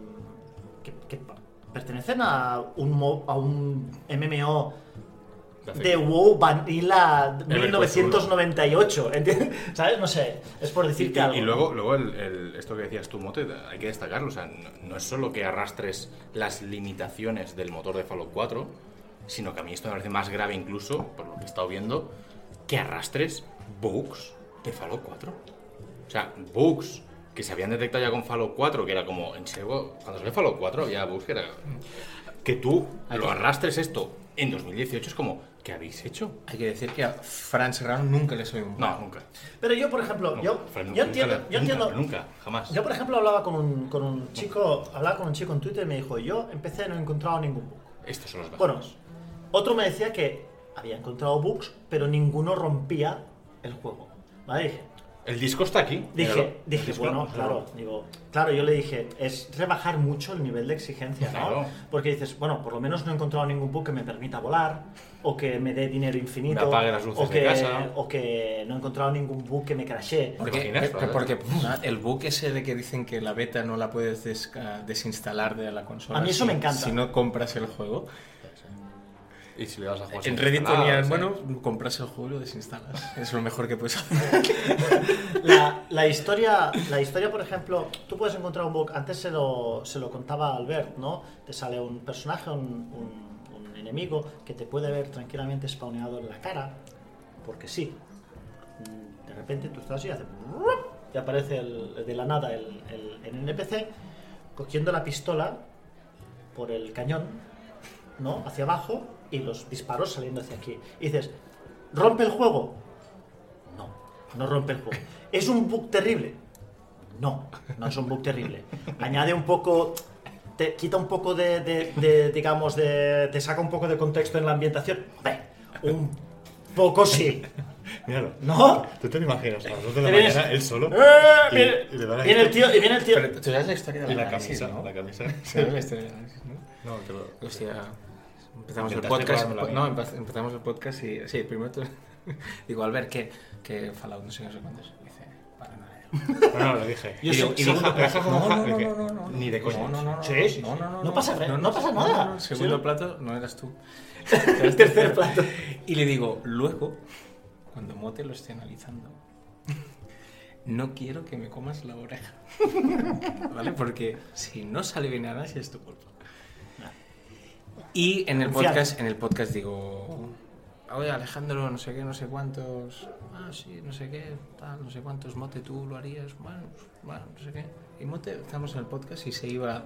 Speaker 1: que, que pa- pertenecen a un, mo- a un MMO
Speaker 4: hace-
Speaker 1: de WoW Vanilla
Speaker 4: uno.
Speaker 1: 1998. ¿entiendes? ¿Sabes? No sé. Es por
Speaker 4: Y,
Speaker 1: decirte
Speaker 4: y-
Speaker 1: algo.
Speaker 4: y luego, luego el- el- esto que decías tú, Mote, hay que destacarlo. O sea, no, no es solo que arrastres las limitaciones del motor de Fallout 4, sino que a mí esto me parece más grave incluso, por lo que he estado viendo, que arrastres bugs de Fallout 4. O sea, bugs que se habían detectado ya con Fallout 4, que era como, en serio, cuando salió Fallout 4 había bugs que era...
Speaker 1: Mm.
Speaker 4: Que tú lo arrastres esto en 2018 es como, ¿qué habéis hecho?
Speaker 2: Hay que decir que a Fran Serrano nunca le soy un
Speaker 4: No, nunca.
Speaker 1: Pero yo, por ejemplo,
Speaker 4: Nunca,
Speaker 1: yo,
Speaker 4: Fran,
Speaker 1: yo
Speaker 4: nunca,
Speaker 1: entiendo.
Speaker 4: nunca,
Speaker 1: yo entiendo
Speaker 4: Nunca, jamás.
Speaker 1: Yo, por ejemplo, hablaba con un, con un chico. Hablaba con un chico en Twitter y me dijo, yo empecé y no he encontrado ningún bug.
Speaker 4: Estos son los bajos.
Speaker 1: Bueno, otro me decía que había encontrado bugs, pero ninguno rompía el juego. ¿Vale? Dije,
Speaker 4: El disco está aquí.
Speaker 1: Dije,
Speaker 4: míralo. El
Speaker 1: dije
Speaker 4: disco,
Speaker 1: bueno,
Speaker 4: míralo.
Speaker 1: claro, digo, claro, yo le dije, es rebajar mucho el nivel de exigencia, ¿no?
Speaker 4: Claro.
Speaker 1: Porque dices, bueno, por lo menos no he encontrado ningún bug que me permita volar, o que me dé dinero infinito,
Speaker 4: Me apague las luces
Speaker 1: o,
Speaker 4: de
Speaker 1: que,
Speaker 4: casa.
Speaker 1: o que no he encontrado ningún bug que me crashe.
Speaker 4: ¿Te
Speaker 2: Porque,
Speaker 4: imaginas,
Speaker 2: pe-
Speaker 4: Fran?
Speaker 2: porque, ah, el bug ese de que dicen que la beta no la puedes desca- desinstalar de la consola.
Speaker 1: A mí eso
Speaker 2: si-
Speaker 1: me encanta.
Speaker 2: Si no compras el juego.
Speaker 4: Y si le das a jugar.
Speaker 2: en
Speaker 4: sin
Speaker 2: Reddit
Speaker 4: instalar,
Speaker 2: ponían,
Speaker 4: sí.
Speaker 2: bueno, compras el juego y lo desinstalas. Es lo mejor que puedes hacer.
Speaker 1: La, la historia, la historia, por ejemplo, tú puedes encontrar un bug. Antes se lo, se lo contaba Albert, ¿no? Te sale un personaje, un, un- un enemigo, que te puede ver tranquilamente spawneado en la cara, porque sí. Mm, De repente tú estás así y hace. ¡brup! Y aparece el- de la nada el, el- el NPC cogiendo la pistola por el cañón, ¿no? Hacia abajo y los disparos saliendo hacia aquí. Y dices, ¿rompe el juego? No, no rompe el juego. ¿Es un bug terrible? No, no es un bug terrible. Añade un poco, te quita un poco de, de- de, digamos, de, te saca un poco de contexto en la ambientación. Hombre, un poco sí,
Speaker 5: Míralo.
Speaker 1: ¿no?
Speaker 5: ¿Tú te lo imaginas? A las dos de la
Speaker 1: Te vienes-
Speaker 5: mañana, él solo.
Speaker 1: ¡Eh! Viene,
Speaker 5: y le dan
Speaker 1: viene el tío, y viene el tío.
Speaker 2: Pero tú sabes la historia de
Speaker 5: Y
Speaker 2: la,
Speaker 5: la camisa,
Speaker 2: ¿no?
Speaker 5: la camisa.
Speaker 2: ¿Sabes la historia de la análisis, no?
Speaker 5: No, te lo...
Speaker 2: Hostia, empezamos el
Speaker 5: Intentaste
Speaker 2: podcast.
Speaker 5: probármelo a mí.
Speaker 2: No, empe- empezamos el podcast y. Sí, primero tú. Digo, Albert, que, que Fallout no sé, no sé cuántos. Dice, para
Speaker 5: No,
Speaker 2: nada.
Speaker 5: no, lo dije.
Speaker 1: Yo
Speaker 5: Y
Speaker 1: sé-
Speaker 5: digo- y
Speaker 1: sé-
Speaker 5: digo, ja, ja, ja, ja,
Speaker 2: No,
Speaker 5: ja,
Speaker 2: no, no,
Speaker 5: que-
Speaker 2: no, no, no, no.
Speaker 5: Ni de coña.
Speaker 2: No, no, no, no.
Speaker 1: Sí, sí, sí.
Speaker 2: No, no, no,
Speaker 1: No pasa nada, no pasa
Speaker 2: no,
Speaker 1: nada.
Speaker 2: no, no. Segundo
Speaker 1: Sí.
Speaker 2: plato, no eras tú.
Speaker 1: Tercer plato.
Speaker 2: Y le digo, luego, cuando Mote lo esté analizando, no quiero que me comas la oreja. ¿Vale? Porque si no sale bien nada, sí es tu culpa. Y en el
Speaker 1: Confianza.
Speaker 2: podcast, en el podcast digo, oye Alejandro, no sé qué, no sé cuántos, ah, sí, no sé qué, tal, no sé cuántos, Mote, tú lo harías, bueno, pues, bueno, no sé qué. Y Mote, estamos en el podcast y se iba...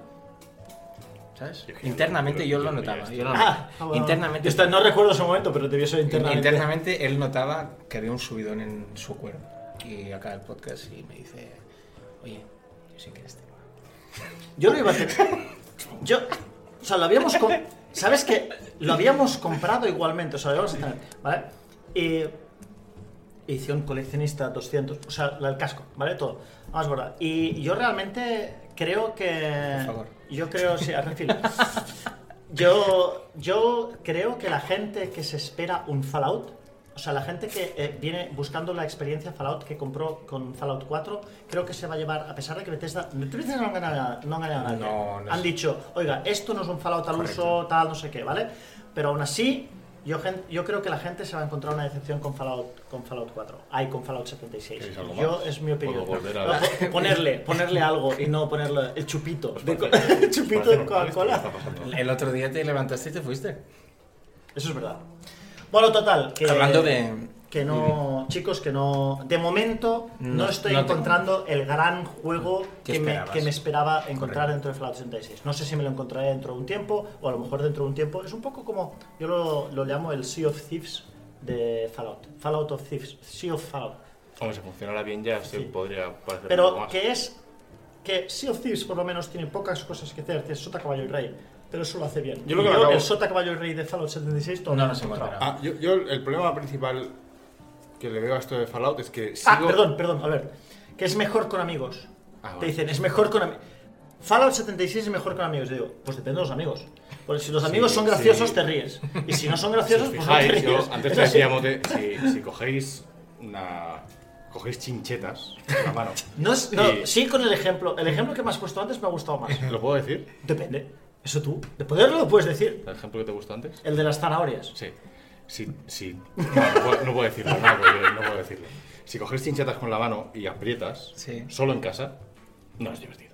Speaker 2: ¿Sabes?
Speaker 5: Yo que-
Speaker 2: Internamente
Speaker 5: yo-
Speaker 2: yo lo
Speaker 5: yo no
Speaker 2: notaba.
Speaker 5: haría
Speaker 2: Yo lo
Speaker 1: Ah,
Speaker 2: notaba.
Speaker 1: ah, bueno.
Speaker 2: Internamente
Speaker 1: Está- no recuerdo ese momento, pero te vio
Speaker 2: internamente.
Speaker 1: internamente.
Speaker 2: él notaba que había un subidón en su cuerpo. Y acaba el podcast y me dice, oye, yo sé que eres tema.
Speaker 1: Yo lo iba a hacer. Yo. O sea, lo habíamos. com- ¿Sabes qué? Lo habíamos comprado igualmente. O sea, lo habíamos tener, ¿Vale? Y. Edición coleccionista 200. O sea, la- el casco, ¿vale? Todo. Más gorda. Y yo realmente creo que.
Speaker 2: Por favor.
Speaker 1: Yo creo, sí, a refil. Yo, yo creo que la gente que se espera un Fallout O sea, la gente que eh, viene buscando la experiencia Fallout que compró con Fallout 4, creo que se va a llevar, a pesar de que Bethesda, Bethesda no han ganado nada. No han ganado nada.
Speaker 2: No, no
Speaker 1: han
Speaker 2: es-
Speaker 1: dicho, oiga, esto no es un Fallout al
Speaker 2: Correcto.
Speaker 1: uso, tal, no sé qué, ¿vale? Pero aún así, yo, gen- yo creo que la gente se va a encontrar una decepción con Fallout, con Fallout 4. Ay, con Fallout 76.
Speaker 4: ¿Queréis algo más?
Speaker 1: Yo, es mi opinión.
Speaker 4: Puedo volver a-
Speaker 1: No, po- Ponerle, ponerle algo y no ponerle el chupito. de co- el chupito
Speaker 5: Parece
Speaker 1: de
Speaker 5: normal esto que
Speaker 1: Coca-Cola.
Speaker 5: está pasando.
Speaker 2: El otro día te levantaste y te fuiste.
Speaker 1: Eso es verdad. Bueno, total. Que,
Speaker 2: Hablando de-
Speaker 1: Que no. Chicos, que no. De momento no,
Speaker 2: No,
Speaker 1: estoy
Speaker 2: no te-
Speaker 1: encontrando el gran juego
Speaker 2: ¿Qué
Speaker 1: que me,
Speaker 2: esperabas?
Speaker 1: que me esperaba encontrar
Speaker 2: Correcto.
Speaker 1: dentro de Fallout 66. No sé si me lo encontraré dentro de un tiempo, o a lo mejor dentro de un tiempo. Es un poco como. Yo lo, lo llamo el Sea of Thieves de Fallout. Fallout of Thieves. Sea of Fallout.
Speaker 4: Hombre, si funcionara bien ya se
Speaker 1: Sí.
Speaker 4: podría parecer un poco
Speaker 1: Pero
Speaker 4: más.
Speaker 1: que es. Que Sea of Thieves por lo menos tiene pocas cosas que hacer. Tiene Sota, Caballo y Rey. Pero eso lo hace bien.
Speaker 4: Yo lo que me acabo-
Speaker 1: el Sota, Caballo y Rey de Fallout 76 todavía
Speaker 2: No
Speaker 1: lo he
Speaker 2: nos encontrado.
Speaker 4: Ah, yo, yo el problema principal que le veo a esto de Fallout es que sigo...
Speaker 1: Ah, perdón, perdón, a ver. Que es mejor con amigos.
Speaker 4: Ah,
Speaker 1: Te
Speaker 4: vale.
Speaker 1: dicen, es mejor con amigos. Fallout 76 es mejor con amigos. Yo digo, pues depende de los amigos. Porque si los amigos son
Speaker 4: sí.
Speaker 1: graciosos, te ríes. Y si no son graciosos, pues no te
Speaker 4: Fijáis, yo
Speaker 1: ríes.
Speaker 4: antes
Speaker 1: Es
Speaker 4: te
Speaker 1: así.
Speaker 4: decía, Mote, si, si cogéis una... Cogéis chinchetas con la mano.
Speaker 1: No es- no,
Speaker 4: y-
Speaker 1: sí, con el ejemplo. El ejemplo que me has puesto antes me ha gustado más.
Speaker 4: ¿Lo puedo decir?
Speaker 1: Depende. Eso tú. De poderlo lo puedes decir.
Speaker 4: ¿El ejemplo que te gustó antes?
Speaker 1: El de las zanahorias.
Speaker 4: Sí. Sí, sí. No, no, puedo, no puedo decirlo, no, porque no puedo decirlo. Si coges chinchetas con la mano y aprietas,
Speaker 2: Sí.
Speaker 4: solo en casa, no es divertido.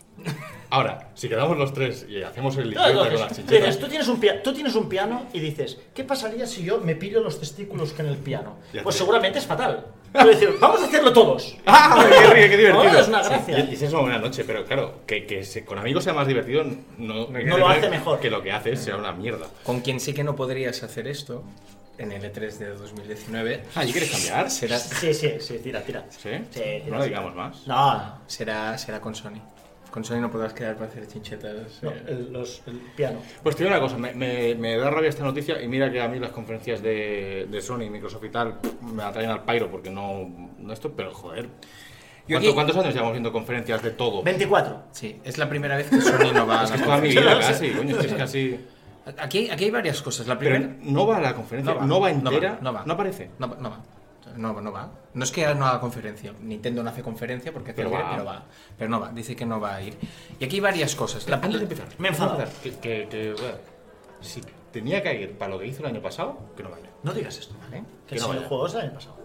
Speaker 4: Ahora, si quedamos los tres y hacemos el
Speaker 1: No,
Speaker 4: idiota
Speaker 1: no,
Speaker 4: con
Speaker 1: es-
Speaker 4: las
Speaker 1: dices,
Speaker 4: chinchetas,
Speaker 1: tú tienes, un pia- tú tienes un piano y dices, ¿qué pasaría si yo me pillo los testículos con el piano?
Speaker 4: Ya
Speaker 1: Pues
Speaker 4: te-
Speaker 1: seguramente es fatal. Pero decir, vamos a hacerlo todos.
Speaker 4: ¡Ah! ¡Qué, ríe, qué divertido!
Speaker 1: No, es una gracia.
Speaker 4: Y, y es una buena noche, pero claro, que, que se- con amigos sea más divertido no,
Speaker 1: No lo hace mejor.
Speaker 4: Que lo que hace sea una mierda.
Speaker 2: Con quien sí que no podrías hacer esto, en el E3 de 2019,
Speaker 4: Ah, ¿y quieres cambiar?
Speaker 2: será,
Speaker 1: Sí, sí, sí, tira, tira.
Speaker 4: ¿Sí?
Speaker 1: Sí,
Speaker 4: no
Speaker 1: sí.
Speaker 4: lo digamos más.
Speaker 1: No,
Speaker 2: será, será con Sony. Con Sony no podrás quedar para hacer chinchetas.
Speaker 1: no,
Speaker 2: eh.
Speaker 1: el, los, el piano.
Speaker 4: Pues te digo una cosa, me, me- me da rabia esta noticia y mira que a mí las conferencias de, de Sony, Microsoft y tal pff, me atraen al pairo porque no, no esto, pero joder.
Speaker 2: Yo
Speaker 4: ¿Cuánto-
Speaker 2: aquí-
Speaker 4: ¿Cuántos años llevamos viendo conferencias de todo?
Speaker 1: 24.
Speaker 2: Sí, es la primera vez que Sony no va a
Speaker 4: Es que
Speaker 2: la
Speaker 4: es toda mi
Speaker 2: conferencia.
Speaker 4: vida casi, coño, es que es casi...
Speaker 2: Aquí, aquí hay varias cosas. La primera...
Speaker 4: Pero no va a la conferencia, no va, entera,
Speaker 2: no va.
Speaker 4: aparece.
Speaker 2: No, va- no va. No, no va. No es que no haga conferencia. Nintendo no hace conferencia porque hace
Speaker 4: Pero
Speaker 2: lo que-
Speaker 4: va.
Speaker 2: pero va. Pero no va. Dice que no va a ir. Y aquí hay varias cosas. La
Speaker 4: Antes
Speaker 2: primera
Speaker 4: de empezar,
Speaker 1: Me he enfadado.
Speaker 4: que, que- que, bueno, si tenía que ir para lo que hizo el año pasado, que no vaya.
Speaker 1: No digas esto.
Speaker 2: ¿Vale?
Speaker 1: Que
Speaker 4: Que no
Speaker 1: si el
Speaker 4: vaya.
Speaker 1: juego es del año pasado.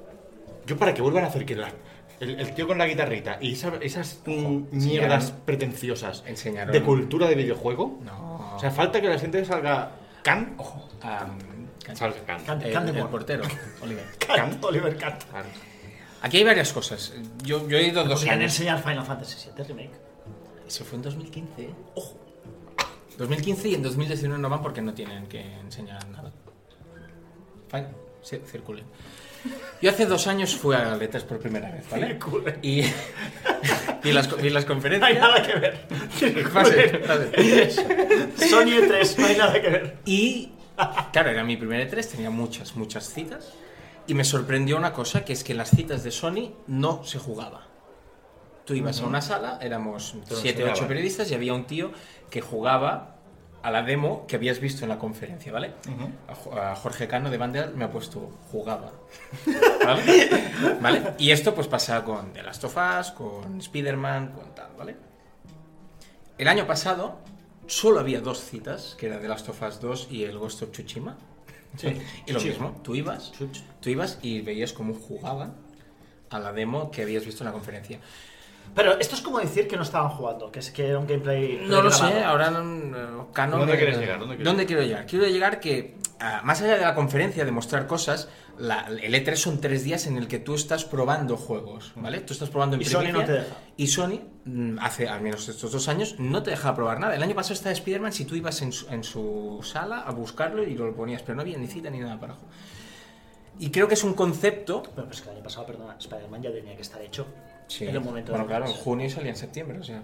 Speaker 4: Yo para que vuelvan a hacer que la- el, el tío con la guitarrita y esa- esas mm,
Speaker 2: enseñaron-
Speaker 4: mierdas pretenciosas
Speaker 2: enseñaron-
Speaker 4: de cultura de videojuego...
Speaker 2: No.
Speaker 4: O sea, falta que la gente salga can.
Speaker 2: ojo. Ah,
Speaker 4: Salga can.
Speaker 1: Can-
Speaker 2: el,
Speaker 1: Candemore.
Speaker 2: el portero, Oliver.
Speaker 1: Kant, Oliver Kant.
Speaker 4: Can.
Speaker 2: Aquí hay varias cosas. Yo, yo he ido dos
Speaker 1: Podrían
Speaker 2: años.
Speaker 1: enseñar Final Fantasy VII Remake.
Speaker 2: Eso fue en 2015. ¿eh? Ojo. 2015 y en 2019 no van porque no tienen que enseñar nada. Fine. Sí, circulen. Yo hace dos años fui a Letras por primera vez, ¿vale?
Speaker 1: Circulen.
Speaker 2: Y vi las, co- vi las
Speaker 1: No hay
Speaker 2: conferencias.
Speaker 1: nada que ver.
Speaker 2: Fase, fase.
Speaker 1: Sony E3, no hay nada que ver.
Speaker 2: Y claro, era mi primer E3, tenía muchas, muchas citas. Y me sorprendió una cosa, que es que en las citas de Sony no se jugaba. Tú ibas a una sala, éramos
Speaker 4: lo
Speaker 2: 7 o 8
Speaker 4: enseñaban.
Speaker 2: periodistas y había un tío que jugaba a la demo que habías visto en la conferencia, ¿vale? A Jo- A Jorge Cano de Vandal me ha puesto jugaba. ¿Vale? ¿Vale? Y esto pues pasa con The Last of Us, con Spider-Man, con tal, ¿vale? El año pasado solo había dos citas, que era The Last of Us 2 y el Ghost of Tsushima. y lo mismo, tú ibas, tú ibas y veías cómo jugaban a la demo que habías visto en la conferencia.
Speaker 1: Pero esto es como decir que no estaban jugando, que, es, que era un gameplay.
Speaker 2: No lo
Speaker 1: grabado.
Speaker 2: sé, ahora no, Canon.
Speaker 4: ¿Dónde
Speaker 2: me-
Speaker 4: quieres llegar? ¿Dónde quieres
Speaker 2: quiero llegar? Quiero llegar que, ah, más allá de la conferencia, de mostrar cosas, la- el E3 son tres días en el que tú estás probando juegos, ¿vale? Tú estás probando en
Speaker 1: Y Sony
Speaker 2: primicia,
Speaker 1: no te deja.
Speaker 2: Y Sony, mm, hace al menos estos dos años, no te deja probar nada. El año pasado estaba Spider-Man, si tú ibas en su, en su sala a buscarlo y lo ponías, pero no había ni cita ni nada para jugar. Y creo que es un concepto.
Speaker 1: Bueno, pues que el año pasado, perdona, Spider-Man ya tenía que estar hecho.
Speaker 2: Sí.
Speaker 1: En el momento
Speaker 2: bueno,
Speaker 1: de-
Speaker 2: claro, en junio y salía en septiembre. O sea.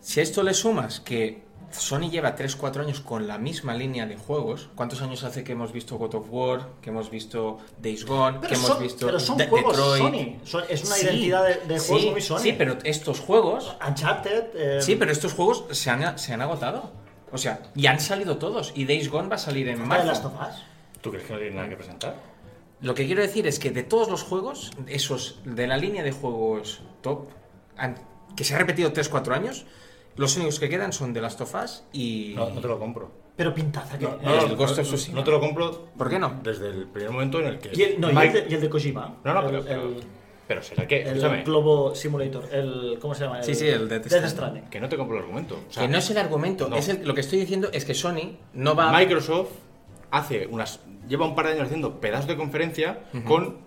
Speaker 2: Si a esto le sumas que Sony lleva 3-4 años con la misma línea de juegos, ¿cuántos años hace que hemos visto God of War, que hemos visto Days Gone,
Speaker 1: Pero
Speaker 2: que hemos
Speaker 1: son,
Speaker 2: visto
Speaker 1: pero son
Speaker 2: De-
Speaker 1: juegos
Speaker 2: Detroit?
Speaker 1: Sony. Son- es una
Speaker 2: Sí,
Speaker 1: identidad de, de
Speaker 2: sí,
Speaker 1: juegos muy Sony.
Speaker 2: Sí, pero estos juegos,
Speaker 1: Uncharted. eh,
Speaker 2: sí, pero estos juegos se han, se han agotado. O sea, y han salido todos. Y Days Gone va a salir en
Speaker 1: Falta de Last
Speaker 2: marzo.
Speaker 1: of Us.
Speaker 4: ¿Tú crees que no tiene nada que presentar?
Speaker 2: Lo que quiero decir es que de todos los juegos, esos de la línea de juegos top, han- que se ha repetido 3-4 años, los únicos que quedan son The Last of Us y.
Speaker 4: No, no te lo compro.
Speaker 1: Pero pintaza que. eh,
Speaker 4: No,
Speaker 2: no, el Ghost of Tsushima.
Speaker 4: No te lo compro
Speaker 2: ¿Por qué no?
Speaker 4: desde el primer momento en el que.
Speaker 1: Y el, no, y el,
Speaker 5: Mike-
Speaker 1: de, y el de Kojima.
Speaker 4: No, no,
Speaker 1: el,
Speaker 4: pero-
Speaker 1: el-
Speaker 5: Pero será que.
Speaker 1: el
Speaker 5: escúchame,
Speaker 1: Globo Simulator. El, ¿Cómo se llama?
Speaker 2: Sí, sí, el Death Stranding.
Speaker 1: Stranding.
Speaker 4: Que no te compro el argumento. O sea,
Speaker 2: que no es el argumento.
Speaker 4: no.
Speaker 2: Es el- lo que estoy diciendo es que Sony no va.
Speaker 4: Microsoft hace unas. lleva un par de años haciendo pedazos de conferencia con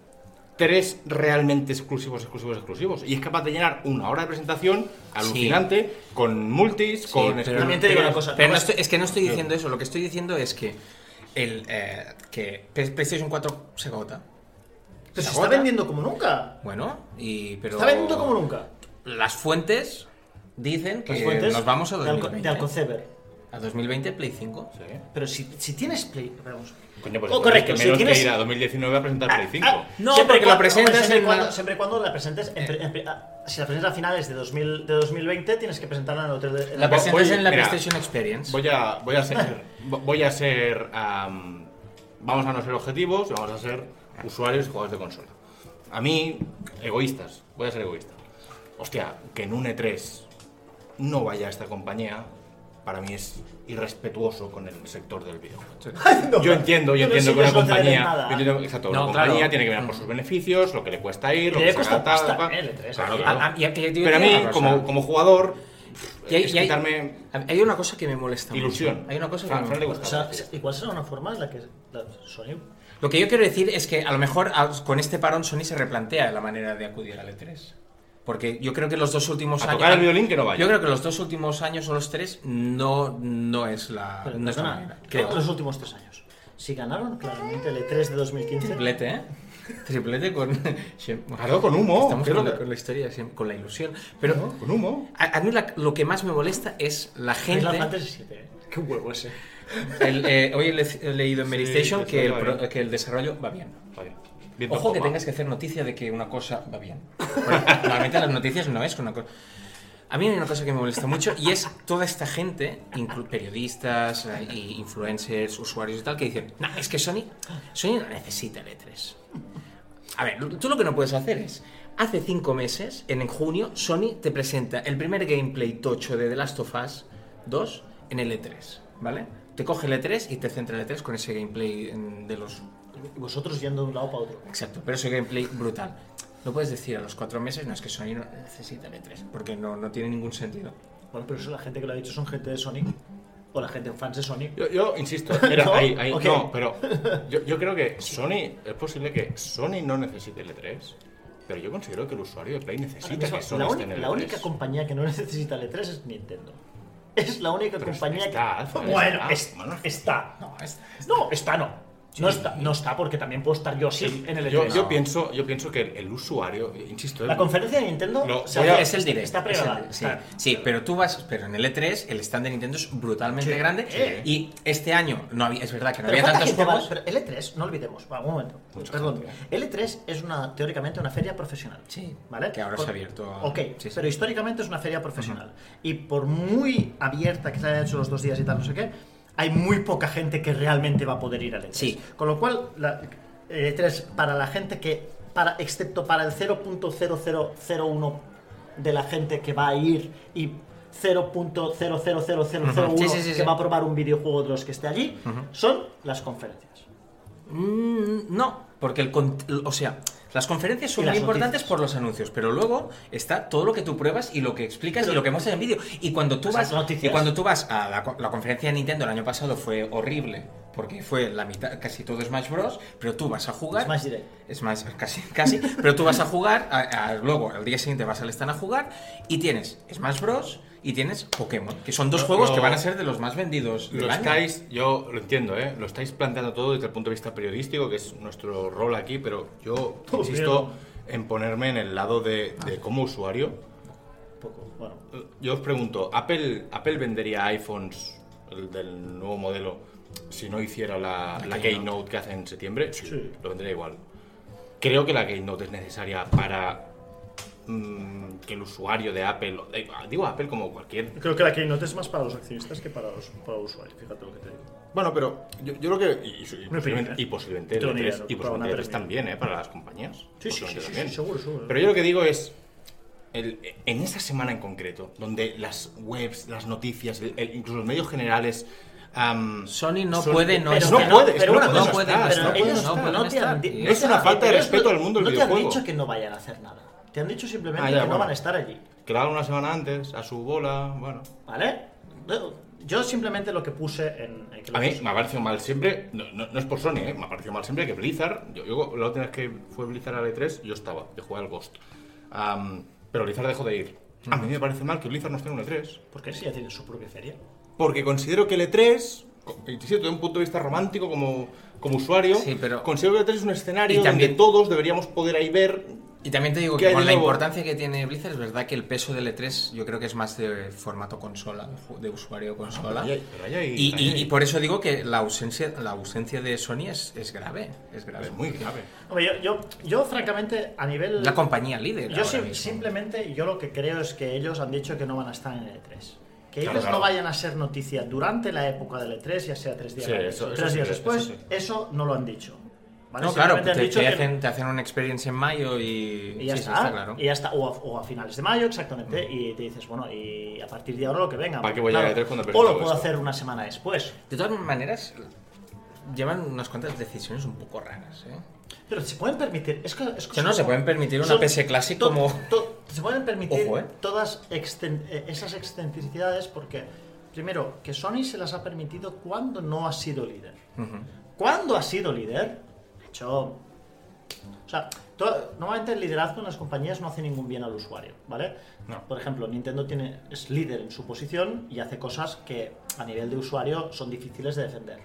Speaker 4: tres realmente exclusivos, exclusivos, exclusivos. Y es capaz de llenar una hora de presentación alucinante con multis,
Speaker 2: Sí,
Speaker 4: con
Speaker 2: pero-
Speaker 1: También te digo una cosa.
Speaker 2: Pero
Speaker 1: no
Speaker 2: no
Speaker 1: es-
Speaker 2: estoy- es que no estoy diciendo eso, lo que estoy diciendo es que el eh, que Play- PlayStation 4 se agota.
Speaker 1: pero se
Speaker 2: ¿se
Speaker 1: está
Speaker 2: agota?
Speaker 1: vendiendo como nunca.
Speaker 2: Bueno, y pero
Speaker 1: Está vendiendo como nunca.
Speaker 2: Las fuentes dicen que
Speaker 1: Las fuentes
Speaker 2: Eh, nos vamos a
Speaker 1: de Alco- de
Speaker 2: 2020.
Speaker 1: Alcoceber.
Speaker 2: A 2020 Play 5.
Speaker 4: Sí.
Speaker 1: Pero si, si tienes Play. Vamos.
Speaker 4: Coño, pues
Speaker 1: Oh,
Speaker 4: entonces
Speaker 1: correcto,
Speaker 4: que
Speaker 1: si
Speaker 4: menos
Speaker 1: tienes-
Speaker 4: que ir a 2019 a presentar Play 5.
Speaker 1: Ah,
Speaker 2: No,
Speaker 1: siempre
Speaker 2: porque
Speaker 1: y
Speaker 2: la
Speaker 1: cuando-
Speaker 2: presentas
Speaker 1: hombre, siempre
Speaker 2: en
Speaker 1: y cuando,
Speaker 2: la- Eh.
Speaker 1: siempre y cuando la presentes. en pre- en pre- ah, si la presentas a finales de, 2000, de 2020, tienes que presentarla en el hotel de. en
Speaker 2: La
Speaker 1: la-
Speaker 2: presentas
Speaker 4: voy-
Speaker 2: en la
Speaker 4: mira,
Speaker 2: PlayStation Experience.
Speaker 4: Voy a, voy a ser. Voy a ser. am, vamos a no ser objetivos, vamos a ser usuarios y jugadores de consola. A mí, egoístas, voy a ser egoísta. Hostia, que en un E3 no vaya esta compañía, para mí es irrespetuoso con el sector del videojuego. Yo entiendo, yo
Speaker 1: Pero
Speaker 4: entiendo
Speaker 1: si
Speaker 4: que una
Speaker 1: ellos no ceden
Speaker 4: compañía.
Speaker 1: nada.
Speaker 4: yo entiendo- exacto,
Speaker 2: No,
Speaker 4: una compañía
Speaker 2: claro. Mm.
Speaker 4: tiene que mirar por sus beneficios, lo que le cuesta ir,
Speaker 1: Y
Speaker 4: lo que
Speaker 1: le
Speaker 4: se
Speaker 1: cuesta
Speaker 4: gasta,
Speaker 1: pasta,
Speaker 4: pa-
Speaker 1: eh, el E3,
Speaker 4: Claro,
Speaker 1: aquí.
Speaker 4: claro.
Speaker 2: E A- a- Ah, y- y- y-
Speaker 4: Pero a mí,
Speaker 2: y-
Speaker 4: como, como jugador,
Speaker 2: y hay,
Speaker 4: es
Speaker 2: y hay-
Speaker 4: quitarme
Speaker 2: hay una cosa que me molesta mucho.
Speaker 4: ilusión.
Speaker 2: Hay una cosa que
Speaker 4: Fran-
Speaker 2: me
Speaker 4: Fran le
Speaker 1: O
Speaker 4: gusta
Speaker 1: sea,
Speaker 4: decir.
Speaker 1: igual será una forma en la que. la- Sony.
Speaker 2: Lo que yo quiero decir es que a lo mejor a- con este parón Sony se replantea la manera de acudir al E3. Porque yo creo que los dos últimos
Speaker 4: A
Speaker 2: años.
Speaker 4: tocar el violín que no vaya.
Speaker 2: Yo creo que los dos últimos años o los tres no, no es la.
Speaker 1: Pero
Speaker 2: Ah, no es la
Speaker 1: perdona,
Speaker 2: manera.
Speaker 1: ¿no?
Speaker 2: Creo.
Speaker 1: los últimos tres años. Si ganaron claramente el E3 de 2015.
Speaker 2: Triplete, ¿eh? Triplete con.
Speaker 4: Claro, con humo,
Speaker 2: Estamos
Speaker 4: creo
Speaker 2: con,
Speaker 4: que-
Speaker 2: la- con la historia, siempre- con la ilusión. Pero
Speaker 4: Con humo.
Speaker 2: a, a mí la- lo que más me molesta es la gente.
Speaker 1: Final Fantasy VII. ¿eh? Qué huevo ese.
Speaker 2: El, eh, hoy he, le- he leído en Mary
Speaker 4: Sí,
Speaker 2: Station que el,
Speaker 4: está
Speaker 2: pro-
Speaker 4: bien.
Speaker 2: que el desarrollo va bien.
Speaker 4: Vale. Viento
Speaker 2: Ojo que
Speaker 4: toma.
Speaker 2: tengas que hacer noticia de que una cosa va bien. Porque Normalmente las noticias no es una cosa. A mí hay una cosa que me molesta mucho y es toda esta gente, inclu- periodistas, eh, y influencers, usuarios y tal, que dicen, no, es que Sony, Sony no necesita el E3. A ver, tú lo que no puedes hacer es, hace cinco meses, en en junio, Sony te presenta el primer gameplay tocho de The Last of Us 2 en el E3, ¿vale? Te coge el E3 y te centra el E3 con ese gameplay mm, de los
Speaker 1: Vosotros yendo de un lado para otro.
Speaker 2: Exacto, pero ese gameplay brutal. No puedes decir a los cuatro meses, no es que Sony no necesita el E3, porque no, no tiene ningún sentido.
Speaker 1: Bueno, pero eso la gente que lo ha dicho son gente de Sony. O la gente en fans de Sony.
Speaker 4: Yo, yo insisto, era
Speaker 1: ¿No?
Speaker 4: ahí, ahí.
Speaker 1: Ok.
Speaker 4: No, pero yo, yo creo que Sony, es posible que Sony no necesite el E3, pero yo considero que el usuario de Play
Speaker 1: Ahora
Speaker 4: necesita
Speaker 1: mismo,
Speaker 4: que Sony
Speaker 1: la,
Speaker 4: esté
Speaker 1: uni-
Speaker 4: en el E
Speaker 1: la
Speaker 4: E3.
Speaker 1: única compañía que no necesita el E3 es Nintendo. Es la única
Speaker 4: Pero
Speaker 1: compañía
Speaker 4: está,
Speaker 1: que.
Speaker 4: Alfa,
Speaker 1: bueno,
Speaker 4: está,
Speaker 1: es-
Speaker 4: Manuel.
Speaker 1: está. No, está. No, está no. No está, no está porque también puedo estar yo sí en el E3.
Speaker 4: yo, yo pienso, yo pienso que el, el usuario, insisto,
Speaker 1: La
Speaker 4: eh,
Speaker 1: conferencia de Nintendo
Speaker 4: No,
Speaker 1: se
Speaker 4: voy
Speaker 1: hace-
Speaker 4: a-
Speaker 2: es el directo.
Speaker 1: Está
Speaker 2: es el-
Speaker 1: pregrabada.
Speaker 2: sí,
Speaker 1: está.
Speaker 2: sí, pero tú vas, pero en el E3 el stand de Nintendo es brutalmente grande
Speaker 1: Sí.
Speaker 2: y este año no había, es verdad que no
Speaker 1: Pero
Speaker 2: había
Speaker 1: ¿cuánta
Speaker 2: tantos
Speaker 1: gente va?
Speaker 2: juegos.
Speaker 1: Pero L3, no olvidemos, va, un momento,
Speaker 4: Mucha
Speaker 1: perdón.
Speaker 4: gente.
Speaker 1: L3 es una, teóricamente una feria profesional.
Speaker 2: Sí,
Speaker 1: ¿vale?
Speaker 2: que ahora se ha abierto a-
Speaker 1: Ok,
Speaker 2: sí, sí.
Speaker 1: pero históricamente es una feria profesional. Y por muy abierta que se hayan hecho los dos días y tal, no sé qué, hay muy poca gente que realmente va a poder ir al E3.
Speaker 2: Sí.
Speaker 1: Con lo cual, la, el E3 para la gente que, para, excepto para el 0.0001 de la gente que va a ir y 0.000001
Speaker 2: Ujú. Sí, sí, sí,
Speaker 1: que
Speaker 2: sí.
Speaker 1: va a probar un videojuego de los que esté allí, son las conferencias.
Speaker 2: Mm, no, porque el, cont- o sea, las conferencias son
Speaker 1: Y
Speaker 2: muy
Speaker 1: las
Speaker 2: importantes
Speaker 1: noticias.
Speaker 2: por los anuncios, pero luego está todo lo que tú pruebas y lo que explicas y lo que muestras en vídeo. Y cuando tú
Speaker 1: Esas
Speaker 2: vas,
Speaker 1: noticias.
Speaker 2: y cuando tú vas a la, co- la conferencia de Nintendo el año pasado fue horrible, porque fue la mitad, casi todo Smash Bros, pero tú vas a jugar.
Speaker 1: Smash Direct.
Speaker 2: Es más, casi, casi. Pero tú vas a jugar, a- a- luego al día siguiente vas al stand a jugar y tienes Smash Bros y tienes Pokémon, que son dos
Speaker 4: Lo-
Speaker 2: juegos que
Speaker 4: lo-
Speaker 2: van a ser de los más vendidos del
Speaker 4: lo
Speaker 2: año.
Speaker 4: estáis, yo lo entiendo, ¿eh? lo estáis planteando todo desde el punto de vista periodístico, que es nuestro rol aquí, pero yo
Speaker 1: Todo
Speaker 4: insisto en ponerme en el lado de, de como usuario.
Speaker 1: Poco, bueno.
Speaker 4: Yo os pregunto, ¿Apple, Apple vendería iPhones el del nuevo modelo si no hiciera la, la Keynote. que hace en septiembre?
Speaker 1: Sí.
Speaker 4: Lo vendría igual. Creo que la Keynote es necesaria para mm, que el usuario de Apple, o- eh, digo Apple como cualquier
Speaker 6: Creo que la Keynote es más para los accionistas que para los, para los usuarios, fíjate lo que te digo.
Speaker 4: Bueno, pero yo, yo creo que. Y, y- y
Speaker 6: No
Speaker 4: posiblemente,
Speaker 6: opinión,
Speaker 4: y
Speaker 6: ¿eh?
Speaker 4: posiblemente el
Speaker 6: Tengo ni
Speaker 4: E3,
Speaker 6: idea, no
Speaker 4: y
Speaker 6: compraba
Speaker 4: posiblemente
Speaker 6: nada,
Speaker 4: el E3
Speaker 6: pero
Speaker 4: también, ¿eh? Para las compañías.
Speaker 6: Sí, sí, sí,
Speaker 4: Posiblemente
Speaker 6: sí, sí,
Speaker 4: también.
Speaker 6: seguro, seguro.
Speaker 4: Pero yo lo que digo es. el- en esa semana en concreto, donde las webs, las noticias, el- el- incluso los medios generales. am,
Speaker 2: Sony no
Speaker 4: son-
Speaker 2: puede no
Speaker 4: Pero
Speaker 2: estar.
Speaker 4: no puede, es que
Speaker 1: pero
Speaker 4: no
Speaker 1: una
Speaker 4: pueden
Speaker 1: cosa,
Speaker 4: estar,
Speaker 1: pero
Speaker 4: no pueden
Speaker 1: ellos
Speaker 4: estar.
Speaker 1: no te han di-
Speaker 2: No
Speaker 1: no
Speaker 4: Es
Speaker 1: te
Speaker 4: una
Speaker 1: han-
Speaker 4: falta de
Speaker 1: ellos
Speaker 4: respeto
Speaker 1: no-
Speaker 4: al mundo del
Speaker 1: No te han
Speaker 4: videojuego.
Speaker 1: dicho que no vayan a hacer nada. Te han dicho simplemente
Speaker 4: Ah, ya,
Speaker 1: que no
Speaker 4: bueno.
Speaker 1: van a estar allí.
Speaker 4: Que lo hagan una semana antes, a su bola, bueno.
Speaker 1: ¿Vale? Yo simplemente lo que puse en. en que lo
Speaker 4: A mí
Speaker 1: puse-
Speaker 4: me ha parecido mal siempre, no, no- no es por Sony, ¿eh? me ha parecido mal siempre que Blizzard, yo, yo la última vez que fue Blizzard a E3, yo estaba, yo jugaba al Ghost. Am, pero Blizzard dejó de ir. A mí me parece mal que Blizzard no esté en un E E3,
Speaker 1: ¿Por qué si ya tienen su propia feria?
Speaker 4: porque considero que el E3, co- insisto, de un punto de vista romántico como, como usuario,
Speaker 2: Sí, pero-
Speaker 4: considero que el E3 es un escenario
Speaker 2: Y también-
Speaker 4: donde todos deberíamos poder ahí ver...
Speaker 2: Y también te digo
Speaker 4: ¿Qué
Speaker 2: que
Speaker 4: hay
Speaker 2: con
Speaker 4: de
Speaker 2: la
Speaker 4: nuevo?
Speaker 2: importancia que tiene Blizzard, es verdad que el peso del E3 yo creo que es más de formato consola, de usuario consola.
Speaker 4: Ahí hay- pero ahí hay-
Speaker 2: Y,
Speaker 4: ahí
Speaker 2: y-
Speaker 4: hay-
Speaker 2: y por eso digo que la ausencia, la ausencia de Sony es, es grave. Es grave.
Speaker 4: Es muy grave.
Speaker 1: Hombre, yo, yo, yo, francamente, a nivel.
Speaker 2: La compañía líder.
Speaker 1: Yo
Speaker 2: ahora
Speaker 1: sim-
Speaker 2: mismo.
Speaker 1: simplemente yo lo que creo es que ellos han dicho que no van a estar en el E E3. Que
Speaker 4: Claro,
Speaker 1: ellos
Speaker 4: claro.
Speaker 1: no vayan a ser noticia durante la época del E3, ya sea tres días,
Speaker 4: Sí,
Speaker 1: antes
Speaker 4: eso-
Speaker 1: o
Speaker 4: eso
Speaker 1: tres
Speaker 4: sí,
Speaker 1: días
Speaker 4: eso
Speaker 1: después, eso,
Speaker 4: sí.
Speaker 1: no lo han dicho. ¿vale?
Speaker 2: No, claro,
Speaker 1: Simplemente
Speaker 2: te,
Speaker 1: han dicho
Speaker 2: te
Speaker 1: que-
Speaker 2: hacen, te hacen una experiencia en mayo y,
Speaker 1: Y ya
Speaker 2: sí, sí,
Speaker 1: está,
Speaker 2: claro.
Speaker 1: y ya está. O, a, o a finales de mayo, exactamente. Y te dices, bueno, y a partir de ahora lo que venga.
Speaker 4: Mm. ¿Para qué voy a ir a E3 cuando he
Speaker 1: O
Speaker 4: presentado
Speaker 1: lo puedo
Speaker 4: esto?
Speaker 1: hacer una semana después.
Speaker 2: De todas maneras, llevan unas cuantas decisiones un poco raras. ¿eh?
Speaker 1: Pero se pueden permitir. Es que, es que
Speaker 2: Sí, no,
Speaker 1: son-
Speaker 2: se pueden permitir una
Speaker 1: son
Speaker 2: PS Classic
Speaker 1: to-
Speaker 2: como-
Speaker 1: to- se pueden permitir
Speaker 2: Ojo, ¿eh?
Speaker 1: todas exten- eh, esas excentricidades porque, primero, que Sony se las ha permitido cuando no ha sido líder. Cuando ha sido líder, ha hecho o sea, to- normalmente el liderazgo en las compañías no hace ningún bien al usuario, ¿vale? Por ejemplo, Nintendo tiene, es líder en su posición y hace cosas que a nivel de usuario son difíciles de defender.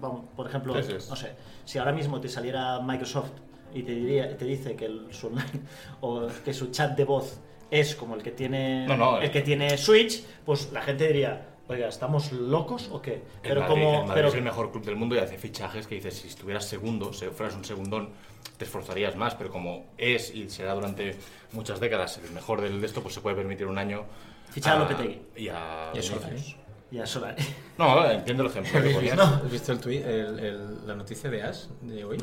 Speaker 1: Vamos, por ejemplo,
Speaker 4: Eso es.
Speaker 1: no sé, si ahora mismo te saliera Microsoft y te, diría, te dice que el- su online o que su chat de voz es como el que tiene
Speaker 4: No, no,
Speaker 1: el
Speaker 4: eh.
Speaker 1: que tiene Switch, pues la gente diría, oiga, ¿estamos locos o qué?
Speaker 4: El Madrid, el Madrid es el mejor club del mundo y hace fichajes que dices, si estuvieras segundo, si fueras un segundón, te esforzarías más, pero como es y será durante muchas décadas el mejor del de esto, pues se puede permitir un año.
Speaker 1: Fichar a
Speaker 4: a-
Speaker 1: Lopetegui.
Speaker 4: Y a.
Speaker 2: Y ¿eh? a Solari.
Speaker 4: Vinicius.
Speaker 1: Ya es hora.
Speaker 4: No, entiendo el ejemplo. que ponía.
Speaker 2: ¿Has visto el tuit- el- el- la noticia de Ash de hoy?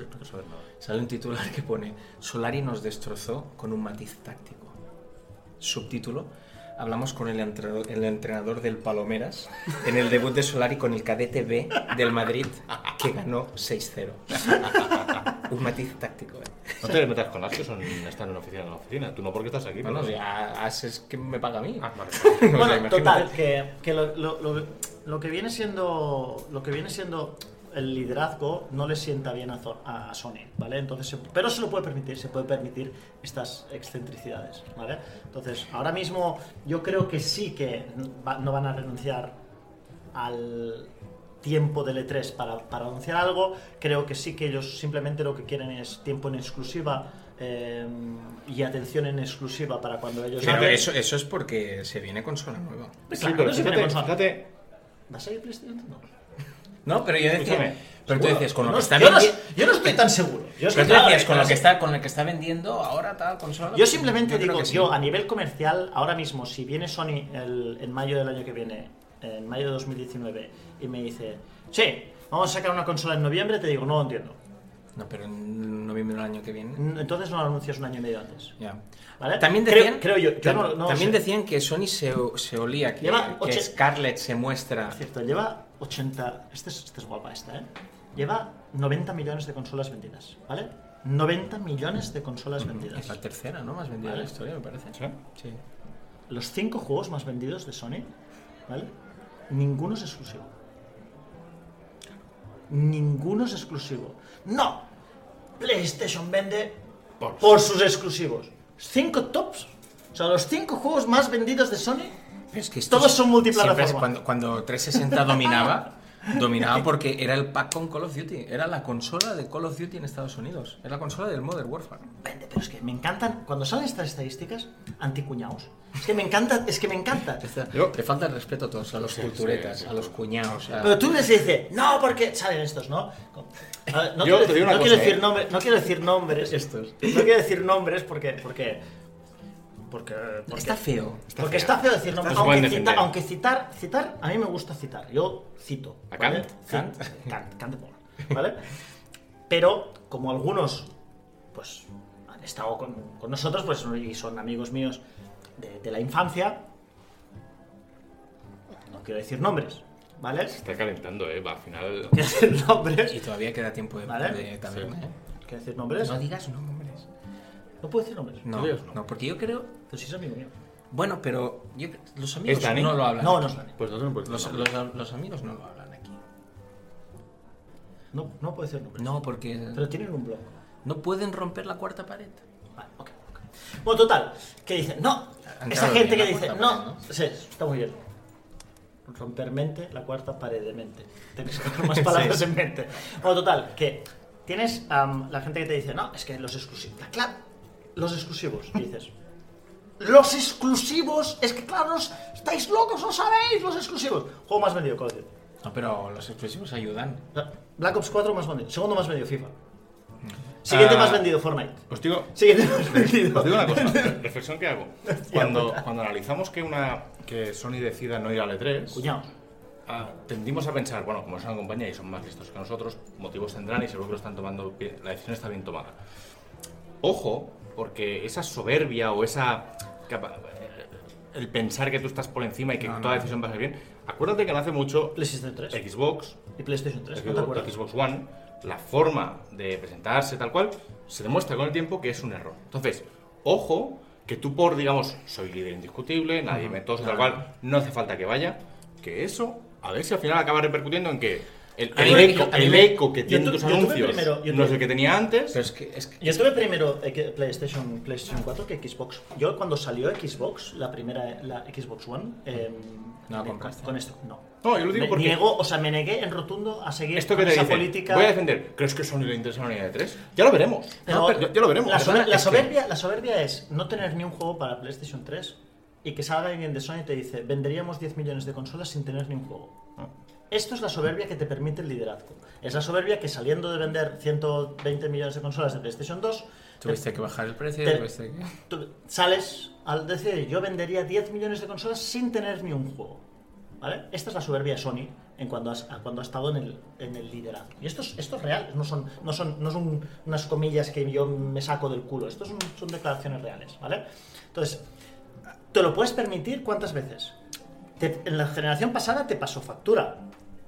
Speaker 2: Sale un titular que pone Solari nos destrozó con un matiz táctico. Subtítulo. Hablamos con el entrenador, el entrenador del Palomeras en el debut de Solari con el cadete B del Madrid que ganó 6-0. Un matiz táctico. ¿eh?
Speaker 4: No te metas con las que son, están en la oficina, en la oficina. Tú no porque estás aquí.
Speaker 2: Bueno,
Speaker 4: pero-
Speaker 2: ya Ash es que me paga a mí.
Speaker 4: pues. Ah, vale.
Speaker 2: O sea,
Speaker 1: bueno,
Speaker 2: imagínate.
Speaker 1: total, que, que lo, lo- lo- lo que viene siendo lo que viene siendo el liderazgo no le sienta bien a, Zo- a Sony, ¿vale? Entonces, se- pero se lo puede permitir, se puede permitir estas excentricidades, ¿vale? Entonces, ahora mismo yo creo que sí que va- no van a renunciar al tiempo del E3 para, para anunciar algo, creo que sí que ellos simplemente lo que quieren es tiempo en exclusiva eh, y atención en exclusiva para cuando ellos
Speaker 2: Pero
Speaker 1: hablen.
Speaker 2: eso, eso es porque se viene consola nueva.
Speaker 1: Pues
Speaker 4: Sí,
Speaker 1: claro,
Speaker 4: pero
Speaker 1: no se viene
Speaker 4: fíjate,
Speaker 1: consola.
Speaker 4: fíjate,
Speaker 1: ¿Vas a ir PlayStation? No.
Speaker 2: No, pero yo decía.
Speaker 4: Escúchame.
Speaker 2: Pero tú decías, con lo
Speaker 1: No,
Speaker 2: que está
Speaker 1: yo, no,
Speaker 2: vendi-
Speaker 1: yo no estoy tan seguro. Yo, es
Speaker 2: Pero
Speaker 1: que,
Speaker 2: tú decías,
Speaker 1: claro,
Speaker 2: con lo que
Speaker 1: es-
Speaker 2: está, con lo que está vendiendo ahora tal consola.
Speaker 1: yo simplemente
Speaker 2: creo
Speaker 1: digo,
Speaker 2: que sí.
Speaker 1: yo a nivel comercial, ahora mismo, si viene Sony el- en mayo del año que viene, en mayo de 2019, y me dice, sí, vamos a sacar una consola en noviembre, te digo, no lo entiendo.
Speaker 2: No, pero en noviembre del año que viene.
Speaker 1: N- Entonces no lo anuncias un año y medio antes.
Speaker 2: Ya.
Speaker 1: ¿Vale?
Speaker 2: También
Speaker 1: Eh, Creo-
Speaker 2: decían,
Speaker 1: creo yo- yo
Speaker 2: tam-
Speaker 1: no- no
Speaker 2: también
Speaker 1: sé.
Speaker 2: decían que Sony se, se olía, que,
Speaker 1: Lleva
Speaker 2: que
Speaker 1: ochen-
Speaker 2: Scarlett se muestra.
Speaker 1: Es cierto, lleva 80. Esta es, esta es guapa, esta, ¿eh? Lleva 90 millones de consolas vendidas, ¿vale? 90 millones de consolas vendidas.
Speaker 2: Es la tercera, ¿no? Más vendida de la historia, me parece.
Speaker 4: ¿Sí?
Speaker 2: Sí.
Speaker 1: los cinco juegos más vendidos de Sony, ¿vale? Ninguno es exclusivo. Ninguno es exclusivo. ¡No! PlayStation vende por, sus exclusivos. Cinco tops. O sea, los cinco juegos más vendidos de Sony.
Speaker 2: Pero es que
Speaker 1: Todos
Speaker 2: estos-
Speaker 1: son multiplataforma.
Speaker 2: siempre es Cuando, cuando 360 dominaba, dominaba porque era el pack con Call of Duty. Era la consola de Call of Duty en Estados Unidos. Era la consola del Modern Warfare.
Speaker 1: Vende, pero es que me encantan. Cuando salen estas estadísticas, anticuñados. Es que me encanta, es que me encanta.
Speaker 4: Yo-
Speaker 2: Te falta el respeto a todos, a los culturetas,
Speaker 4: sí,
Speaker 2: a los cuñados. a-
Speaker 1: Pero tú les dices, no, porque salen estos, ¿no? A ver, no
Speaker 4: Yo
Speaker 1: quiero,
Speaker 4: te digo
Speaker 1: decir-
Speaker 4: una
Speaker 1: no quiero
Speaker 4: cosa,
Speaker 1: decir
Speaker 4: ¿eh?
Speaker 1: nombre- no quiero decir nombres. Estos. No quiero decir nombres porque, porque
Speaker 6: Porque, porque
Speaker 2: Está feo.
Speaker 6: porque está feo decir nombres.
Speaker 1: No se pueden
Speaker 6: aunque, cita-
Speaker 1: defender.
Speaker 6: aunque citar, citar, a mí me gusta citar. Yo cito.
Speaker 4: ¿A
Speaker 6: ¿vale?
Speaker 4: Kant?
Speaker 6: Sí, Kant? Kant, Kant de Paul, ¿Vale? Pero, como algunos, pues, han estado con, con nosotros, pues, y son amigos míos de, de la infancia, no quiero decir nombres, ¿vale?
Speaker 4: Está calentando, eh. Va, al final.
Speaker 6: Quiero decir
Speaker 2: Y
Speaker 6: nombres.
Speaker 2: todavía queda tiempo de,
Speaker 6: Vale.
Speaker 2: de taberna,
Speaker 4: Sí.
Speaker 2: ¿eh?
Speaker 6: Quiero decir nombres.
Speaker 2: No digas nombres.
Speaker 6: No puedo decir nombres.
Speaker 2: No,
Speaker 4: digas
Speaker 2: no, porque yo creo.
Speaker 6: Pues sí es amigo mío.
Speaker 2: Bueno, pero yo, los amigos
Speaker 4: ¿Es Dani?
Speaker 2: no lo hablan.
Speaker 6: No,
Speaker 2: aquí.
Speaker 6: no es Dani.
Speaker 4: Pues no se me puede
Speaker 2: Los,
Speaker 4: decir
Speaker 2: los- los amigos no lo hablan aquí.
Speaker 6: No, no puedo decir nombres.
Speaker 2: No, porque
Speaker 6: Pero tienen un blog.
Speaker 2: no pueden romper la cuarta pared.
Speaker 6: Vale, ok, ok. Bueno, total, que dicen, no,
Speaker 2: Han
Speaker 6: esa
Speaker 2: entrado
Speaker 6: gente
Speaker 2: bien
Speaker 6: que
Speaker 2: la
Speaker 6: dice,
Speaker 2: cuarta
Speaker 6: no,
Speaker 2: pared,
Speaker 6: sí, está muy bien. Romper mente, la cuarta pared de mente. Tienes que tener más palabras en mente. Bueno, total, que tienes am, la gente que te dice, no, es que los exclusivos, claro, los exclusivos, y dices, los exclusivos, es que claro, los- estáis locos, no sabéis, los exclusivos. Juego más vendido, Call of Duty.
Speaker 2: No, pero los expresivos ayudan.
Speaker 6: Black Ops 4 más vendido, segundo más vendido, FIFA. Siguiente
Speaker 4: Ah.
Speaker 6: más vendido, Fortnite.
Speaker 4: Os digo,
Speaker 6: Siguiente más vendido.
Speaker 4: os digo una cosa. re- reflexión que hago. Cuando, cuando analizamos que una que Sony decida no ir al E3,
Speaker 6: Cuñado.
Speaker 4: ah, tendimos a pensar, bueno, como es una compañía y son más listos que nosotros, motivos tendrán y seguro que lo están tomando bien, la decisión está bien tomada. Ojo, porque esa soberbia o esa capa- el pensar que tú estás por encima y que toda decisión va a ser bien. Acuérdate que no hace mucho
Speaker 6: PlayStation 3
Speaker 4: Eh, Xbox
Speaker 6: y PlayStation
Speaker 4: eh,
Speaker 6: 3, ¿no te acuerdas?
Speaker 4: Xbox, Xbox One, la forma de presentarse tal cual, se demuestra con el tiempo que es un error. Entonces, ojo, que tú por, digamos, soy líder indiscutible, nadie me tose tal cual, no hace falta que vaya, que eso, a ver si al final acaba repercutiendo en que el,
Speaker 2: A
Speaker 4: el
Speaker 2: mí-
Speaker 4: eco,
Speaker 2: a mí
Speaker 4: el
Speaker 2: me-
Speaker 4: eco que
Speaker 6: yo
Speaker 4: tienen
Speaker 6: tu-
Speaker 4: tus
Speaker 6: yo tuve
Speaker 4: anuncios
Speaker 6: primero- yo
Speaker 4: no es
Speaker 6: tuve-
Speaker 4: el que tenía antes.
Speaker 2: Pero es que, es que
Speaker 6: Yo estuve primero eh, que PlayStation, PlayStation 4 que Xbox. Yo cuando salió Xbox, la primera, la Xbox One, eh,
Speaker 2: No la
Speaker 6: me- con,
Speaker 2: compraste.
Speaker 6: con esto, no.
Speaker 4: No, yo lo digo
Speaker 6: me
Speaker 4: porque-
Speaker 6: niego, o sea, me negué en rotundo a seguir
Speaker 4: Esto
Speaker 6: con
Speaker 4: que te
Speaker 6: esa
Speaker 4: dicen,
Speaker 6: política.
Speaker 4: voy a defender. ¿Crees que Sony le interesa una unidad de tres? Ya lo veremos.
Speaker 6: Pero
Speaker 4: No, pero ya, ya lo veremos.
Speaker 6: La, sober-
Speaker 4: Es
Speaker 6: la
Speaker 4: que-
Speaker 6: soberbia, la soberbia es no tener ni un juego para PlayStation 3 y que salga alguien de Sony y te dice, venderíamos 10 millones de consolas sin tener ni un juego. Esto es la soberbia que te permite el liderazgo. Es la soberbia que saliendo de vender 120 millones de consolas de PlayStation 2,
Speaker 2: tuviste que bajar el precio,
Speaker 6: Te-
Speaker 2: tuviste que.
Speaker 6: tú sales al decir yo vendería 10 millones de consolas sin tener ni un juego. ¿Vale? Esta es la soberbia de Sony en cuando, has- a cuando ha estado en el, en el liderazgo. Y esto es, esto es real, no son, no son, no son unas comillas que yo me saco del culo, estas son, son declaraciones reales. ¿vale? Entonces, ¿te lo puedes permitir cuántas veces? Te- en la generación pasada te pasó factura.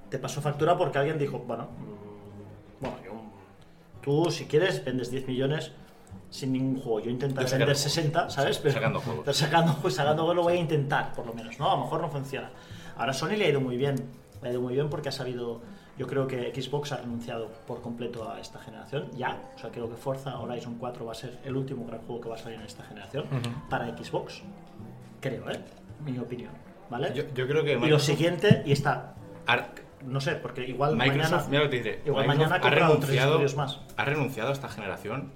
Speaker 6: Te pasó factura porque alguien dijo, bueno, mm, bueno yo- tú si quieres vendes 10 millones sin ningún juego. Yo intentaré
Speaker 4: Yo sacar
Speaker 6: vender
Speaker 4: juegos.
Speaker 6: 60, ¿sabes?
Speaker 4: Sacando juegos.
Speaker 6: Pero sacando, pues, sacando juegos lo voy a intentar, por lo menos, ¿no? A lo mejor no funciona. Ahora Sony le ha ido muy bien. Le ha ido muy bien porque ha sabido... Yo creo que Xbox ha renunciado por completo a esta generación, ya. O sea, creo que Forza Horizon 4 va a ser el último gran juego que va a salir en esta generación para Xbox. Creo, ¿eh? Mi opinión, ¿vale?
Speaker 4: Yo, yo creo que
Speaker 6: Y lo
Speaker 4: Microsoft-
Speaker 6: siguiente, y está,
Speaker 4: Ar-
Speaker 6: no sé, porque igual
Speaker 4: Microsoft, mira
Speaker 6: mañana...
Speaker 4: lo que te diré.
Speaker 6: igual
Speaker 4: Microsoft
Speaker 6: mañana ha comprado tres estudios más.
Speaker 4: ha renunciado a esta generación,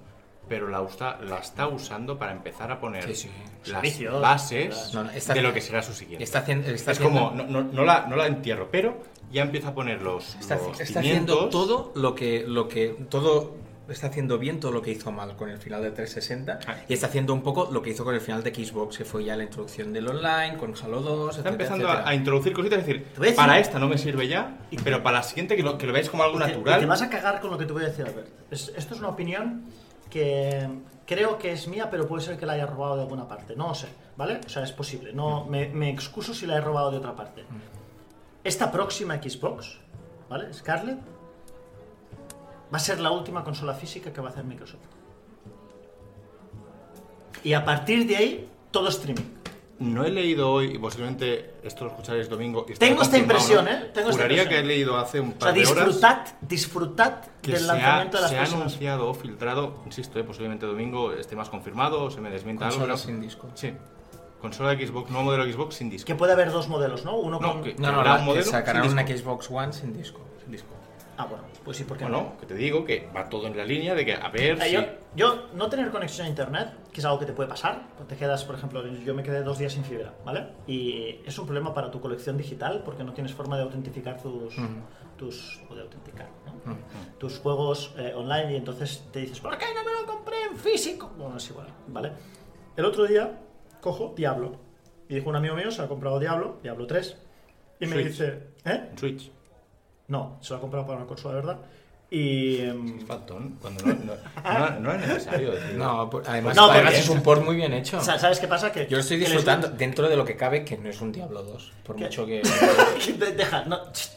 Speaker 4: pero la, usta- la está usando para empezar a poner
Speaker 2: Sí, sí.
Speaker 4: las
Speaker 6: Servicios,
Speaker 4: bases
Speaker 2: No, no, está-
Speaker 4: de lo que será su siguiente.
Speaker 2: Está haciendo. Está
Speaker 4: es
Speaker 2: haciendo-
Speaker 4: como, no, no- no la, no la entierro, pero ya empieza a poner los,
Speaker 2: Está,
Speaker 4: los
Speaker 2: está haciendo
Speaker 4: cimientos.
Speaker 2: todo lo que, lo que. Todo. Está haciendo bien todo lo que hizo mal con el final de 360.
Speaker 4: Ah.
Speaker 2: Y está haciendo un poco lo que hizo con el final de Xbox, que fue ya la introducción del online, con Halo 2,
Speaker 4: Está
Speaker 2: etcétera,
Speaker 4: empezando
Speaker 2: etcétera.
Speaker 4: a, a introducir cositas, es decir,
Speaker 6: voy a decir-
Speaker 4: para esta no me sirve ya, pero para la siguiente que lo, que lo veáis como algo
Speaker 6: Te-
Speaker 4: natural.
Speaker 6: Eh, Te vas a cagar con lo que te voy a decir, Albert. Es- esto es una opinión que creo que es mía, pero puede ser que la haya robado de alguna parte. No lo sé, ¿vale? O sea, es posible. No,
Speaker 4: Mm.
Speaker 6: me, me excuso si la he robado de otra parte. Esta próxima Xbox, ¿vale? Scarlett, va a ser la última consola física que va a hacer Microsoft. Y a partir de ahí, todo streaming.
Speaker 4: No he leído hoy, y posiblemente esto lo escucharéis domingo. y
Speaker 6: Tengo
Speaker 4: estará
Speaker 6: esta
Speaker 4: confirmado,
Speaker 6: impresión, ¿eh? Tengo esta
Speaker 4: Juraría
Speaker 6: impresión.
Speaker 4: que he leído hace un
Speaker 6: O sea,
Speaker 4: par de horas.
Speaker 6: disfrutad, disfrutad
Speaker 4: que
Speaker 6: del
Speaker 4: se ha,
Speaker 6: lanzamiento de las
Speaker 4: se ha
Speaker 6: próximas.
Speaker 4: anunciado o filtrado, insisto, eh, posiblemente domingo esté más confirmado o se me desmienta
Speaker 2: Consola
Speaker 4: algo.
Speaker 2: sin disco.
Speaker 4: Sí, consola Xbox, nuevo modelo Xbox sin disco.
Speaker 6: Que puede haber dos modelos, ¿no? Uno
Speaker 4: No,
Speaker 6: con...
Speaker 4: que-
Speaker 2: No, no,
Speaker 4: Habrá
Speaker 2: la-
Speaker 4: un modelo
Speaker 2: que sacarán
Speaker 4: sin
Speaker 2: una
Speaker 4: disco.
Speaker 2: Xbox One sin disco.
Speaker 4: Sin disco.
Speaker 6: Ah, bueno, pues sí, porque no.
Speaker 4: Bueno, que te digo que va todo en la línea de que a ver
Speaker 6: Eh,
Speaker 4: si...
Speaker 6: yo, yo no tener conexión a internet, que es algo que te puede pasar, pues te quedas, por ejemplo, yo me quedé dos días sin fibra, ¿vale? Y es un problema para tu colección digital porque no tienes forma de autentificar tus, tus o de autenticar, ¿no? tus juegos eh, online y entonces te dices, ¿por qué no me lo compré en físico? Bueno, es igual, ¿vale? El otro día cojo Diablo. Y dijo un amigo mío, se ha comprado Diablo, Diablo 3. Y me
Speaker 4: Switch.
Speaker 6: dice, ¿eh?
Speaker 4: En Switch.
Speaker 6: No, se lo ha comprado para una consola de verdad. Y. em,
Speaker 4: Es faltón. Cuando no, no, no- no es necesario decirlo.
Speaker 2: No, por- además,
Speaker 6: No,
Speaker 2: además
Speaker 6: porque-
Speaker 2: es un port muy bien hecho.
Speaker 6: sa- ¿Sabes qué pasa? Que
Speaker 2: Yo lo estoy
Speaker 6: que les-
Speaker 2: disfrutando dentro de lo que cabe, que no es un Diablo 2. Por
Speaker 6: ¿Qué?
Speaker 2: mucho que.
Speaker 6: De- Deja, no. ch-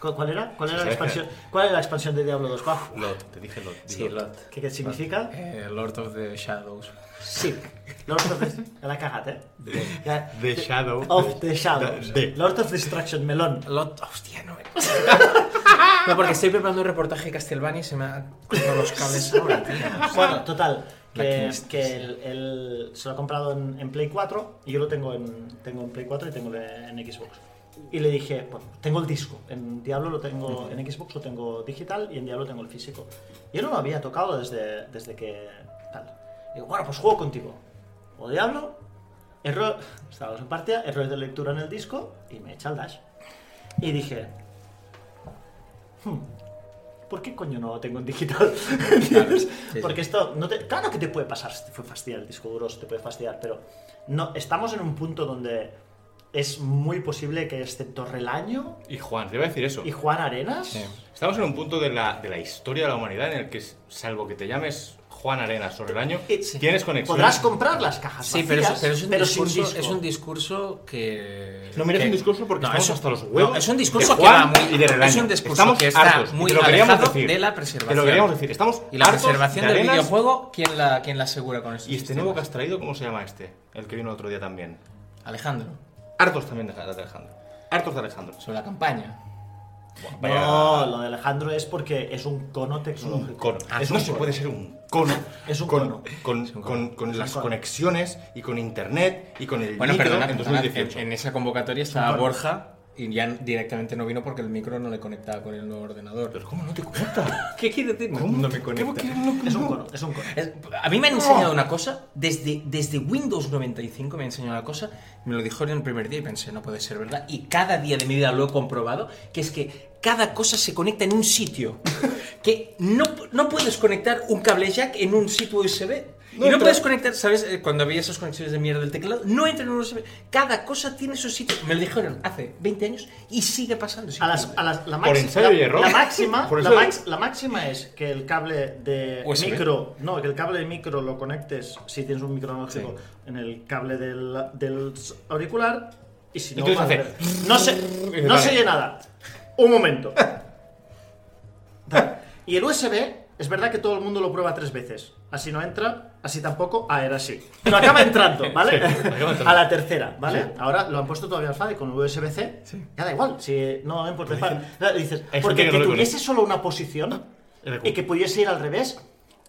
Speaker 6: ¿Cu- ¿Cuál era? ¿Cuál era la
Speaker 4: Sí, sí.
Speaker 6: expansión? ¿Cuál era la expansión de Diablo 2? Guau,
Speaker 4: Lot, te dije Lot. di
Speaker 2: Sí,
Speaker 4: Lot.
Speaker 2: Lot.
Speaker 6: ¿Qué, qué significa?
Speaker 2: Eh, Lord of the Shadows.
Speaker 6: Sí. Lord of the... Ya la cagaste, ¿eh? Ya-
Speaker 7: The Shadow.
Speaker 6: Of the Shadows.
Speaker 7: The- the-
Speaker 6: Lord of Destruction, melón.
Speaker 2: Lot. Hostia, no. eh. no, porque estoy preparando un reportaje de Castlevania y se me han cruzado los cables ahora, tío.
Speaker 6: Bueno, total.
Speaker 2: La
Speaker 6: Que,
Speaker 2: Kinesis.
Speaker 6: que el- el- se lo ha comprado en, en Play 4 y yo lo tengo en, tengo en Play 4 y tengo de- en Xbox. Y le dije, pues tengo el disco. En Diablo lo tengo, en Xbox lo tengo digital y en Diablo tengo el físico. Yo no lo había tocado desde, desde que. Tal. Digo, bueno, pues juego contigo. O Diablo, error. Estábamos en partida, errores de lectura en el disco y me echa el dash. Y dije, "Hmm, ¿por qué coño no lo tengo en digital? ¿Entiendes?
Speaker 2: sí.
Speaker 6: Porque esto, no te, claro que te puede pasar, te puede fastidiar el disco duro, se te puede fastidiar, pero no, estamos en un punto donde es muy posible que excepto Relaño
Speaker 4: Y Juan, te iba a decir eso.
Speaker 6: y Juan Arenas,
Speaker 2: Sí.
Speaker 4: Estamos en un punto de la, de la historia de la humanidad en el que, salvo que te llames Juan Arenas o Relaño,
Speaker 6: Sí.
Speaker 4: tienes conexión.
Speaker 6: podrás comprar las cajas
Speaker 2: Sí, pero,
Speaker 6: vacías,
Speaker 2: es, pero es un
Speaker 6: sin
Speaker 2: discurso,
Speaker 6: disco.
Speaker 2: es un discurso que.
Speaker 4: No mires
Speaker 2: que-
Speaker 4: un discurso porque estamos
Speaker 2: es-
Speaker 4: hasta los huevos
Speaker 2: no, es un
Speaker 4: de
Speaker 2: discurso que va
Speaker 4: Juan
Speaker 2: muy.
Speaker 4: y de Relaño.
Speaker 2: es un discurso
Speaker 4: Estamos
Speaker 2: que está
Speaker 4: hartos, y
Speaker 2: muy
Speaker 4: te lo queríamos
Speaker 2: alejado
Speaker 4: decir.
Speaker 2: de la
Speaker 4: Te
Speaker 2: preservación.
Speaker 4: lo queríamos decir. Estamos
Speaker 2: Y la
Speaker 4: hartos
Speaker 2: preservación
Speaker 4: de
Speaker 2: del
Speaker 4: Arenas
Speaker 2: videojuego, ¿quién la, ¿quién la asegura con eso?
Speaker 4: Y este nuevo que has traído, ¿cómo se llama este? El que vino el otro día también.
Speaker 2: Alejandro,
Speaker 4: Hartos también de de Alejandro. Hartos de Alejandro.
Speaker 2: sobre la campaña.
Speaker 4: Buah, vaya-
Speaker 6: No, lo de Alejandro es porque es un cono
Speaker 4: Es un
Speaker 6: tecnológico.
Speaker 4: cono.
Speaker 2: Ah,
Speaker 4: Eso
Speaker 2: es un
Speaker 4: no se
Speaker 2: cono.
Speaker 4: puede ser un cono.
Speaker 6: Es un
Speaker 4: con,
Speaker 6: cono.
Speaker 4: Con,
Speaker 2: un
Speaker 4: con- con las
Speaker 6: cono.
Speaker 4: conexiones y con internet y con el
Speaker 2: Bueno,
Speaker 4: micro
Speaker 2: perdona,
Speaker 4: en
Speaker 2: perdona,
Speaker 4: 2018.
Speaker 2: en, en esa convocatoria estaba Borja y ya directamente no vino porque el micro no le conectaba con el nuevo ordenador.
Speaker 4: Pero ¿cómo no te cuesta?
Speaker 2: ¿Qué quiere decir?
Speaker 4: ¿Cómo
Speaker 2: No
Speaker 4: te-
Speaker 2: me
Speaker 4: ¿Cómo
Speaker 2: conecta.
Speaker 4: que no-
Speaker 6: Es un cono, es un cono.
Speaker 2: Es- A mí me han enseñado una cosa, desde, desde Windows 95 me han enseñado una cosa, me lo dijo en el primer día y pensé, no puede ser verdad, y cada día de mi vida lo he comprobado, que es que cada cosa se conecta en un sitio, que no, no puedes conectar un cable jack en un sitio USB, y no puedes conectar, ¿sabes? Eh, Cuando había esas conexiones de mierda del teclado, no entra en un USB, cada cosa tiene su sitio, me lo dijeron hace 20 años y sigue pasando.
Speaker 6: A las, a las- la,
Speaker 4: Por
Speaker 6: maxi-
Speaker 4: ensayo y
Speaker 6: la-
Speaker 4: error.
Speaker 6: la máxima,
Speaker 4: Por
Speaker 6: la,
Speaker 4: ensayo.
Speaker 6: max- la máxima es que el cable de
Speaker 2: USB.
Speaker 6: micro, no, que el cable de micro lo conectes si tienes un micro analógico en el cable del, del auricular y si no,
Speaker 4: Entonces
Speaker 6: madre, no sé,
Speaker 4: y
Speaker 6: no
Speaker 4: vale.
Speaker 6: se oye nada. Un momento. Y el USB es verdad que todo el mundo lo prueba tres veces. Así no entra, así tampoco, ah, era así. Pero acaba entrando, ¿vale? A la tercera, ¿vale? Ahora lo han puesto todavía más fácil con el USB-C. Ya da igual, si no importa. Claro, Dices,
Speaker 4: gente
Speaker 6: porque
Speaker 4: que no
Speaker 6: que
Speaker 4: lo Ah,
Speaker 6: tuviese solo una posición
Speaker 4: Era cool.
Speaker 6: y que pudiese ir al revés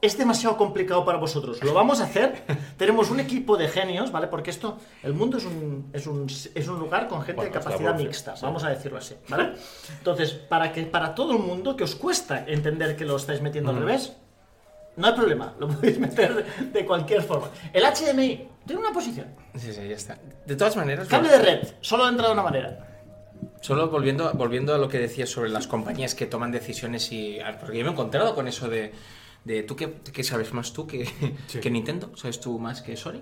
Speaker 6: es demasiado complicado para vosotros. Lo vamos a hacer. Tenemos un equipo de genios, ¿vale? Porque esto, el mundo es un, es un, es un lugar con gente
Speaker 4: Bueno,
Speaker 6: de
Speaker 4: es la
Speaker 6: capacidad
Speaker 4: Wolf,
Speaker 6: mixta, vamos a decirlo así, ¿vale? Entonces, para que para todo el mundo que os cuesta entender que lo estáis metiendo
Speaker 4: Mm.
Speaker 6: al revés, no hay problema, lo podéis meter de, de cualquier forma. El HDMI tiene una posición.
Speaker 2: Sí, sí, ya está. De todas maneras...
Speaker 6: Cable de red, solo entra de una manera.
Speaker 2: Solo volviendo, volviendo a lo que decías sobre las compañías que toman decisiones y... ah, Porque yo me he encontrado con eso de... de ¿Tú qué, qué sabes más tú que, que Nintendo? ¿Sabes tú más que Sony?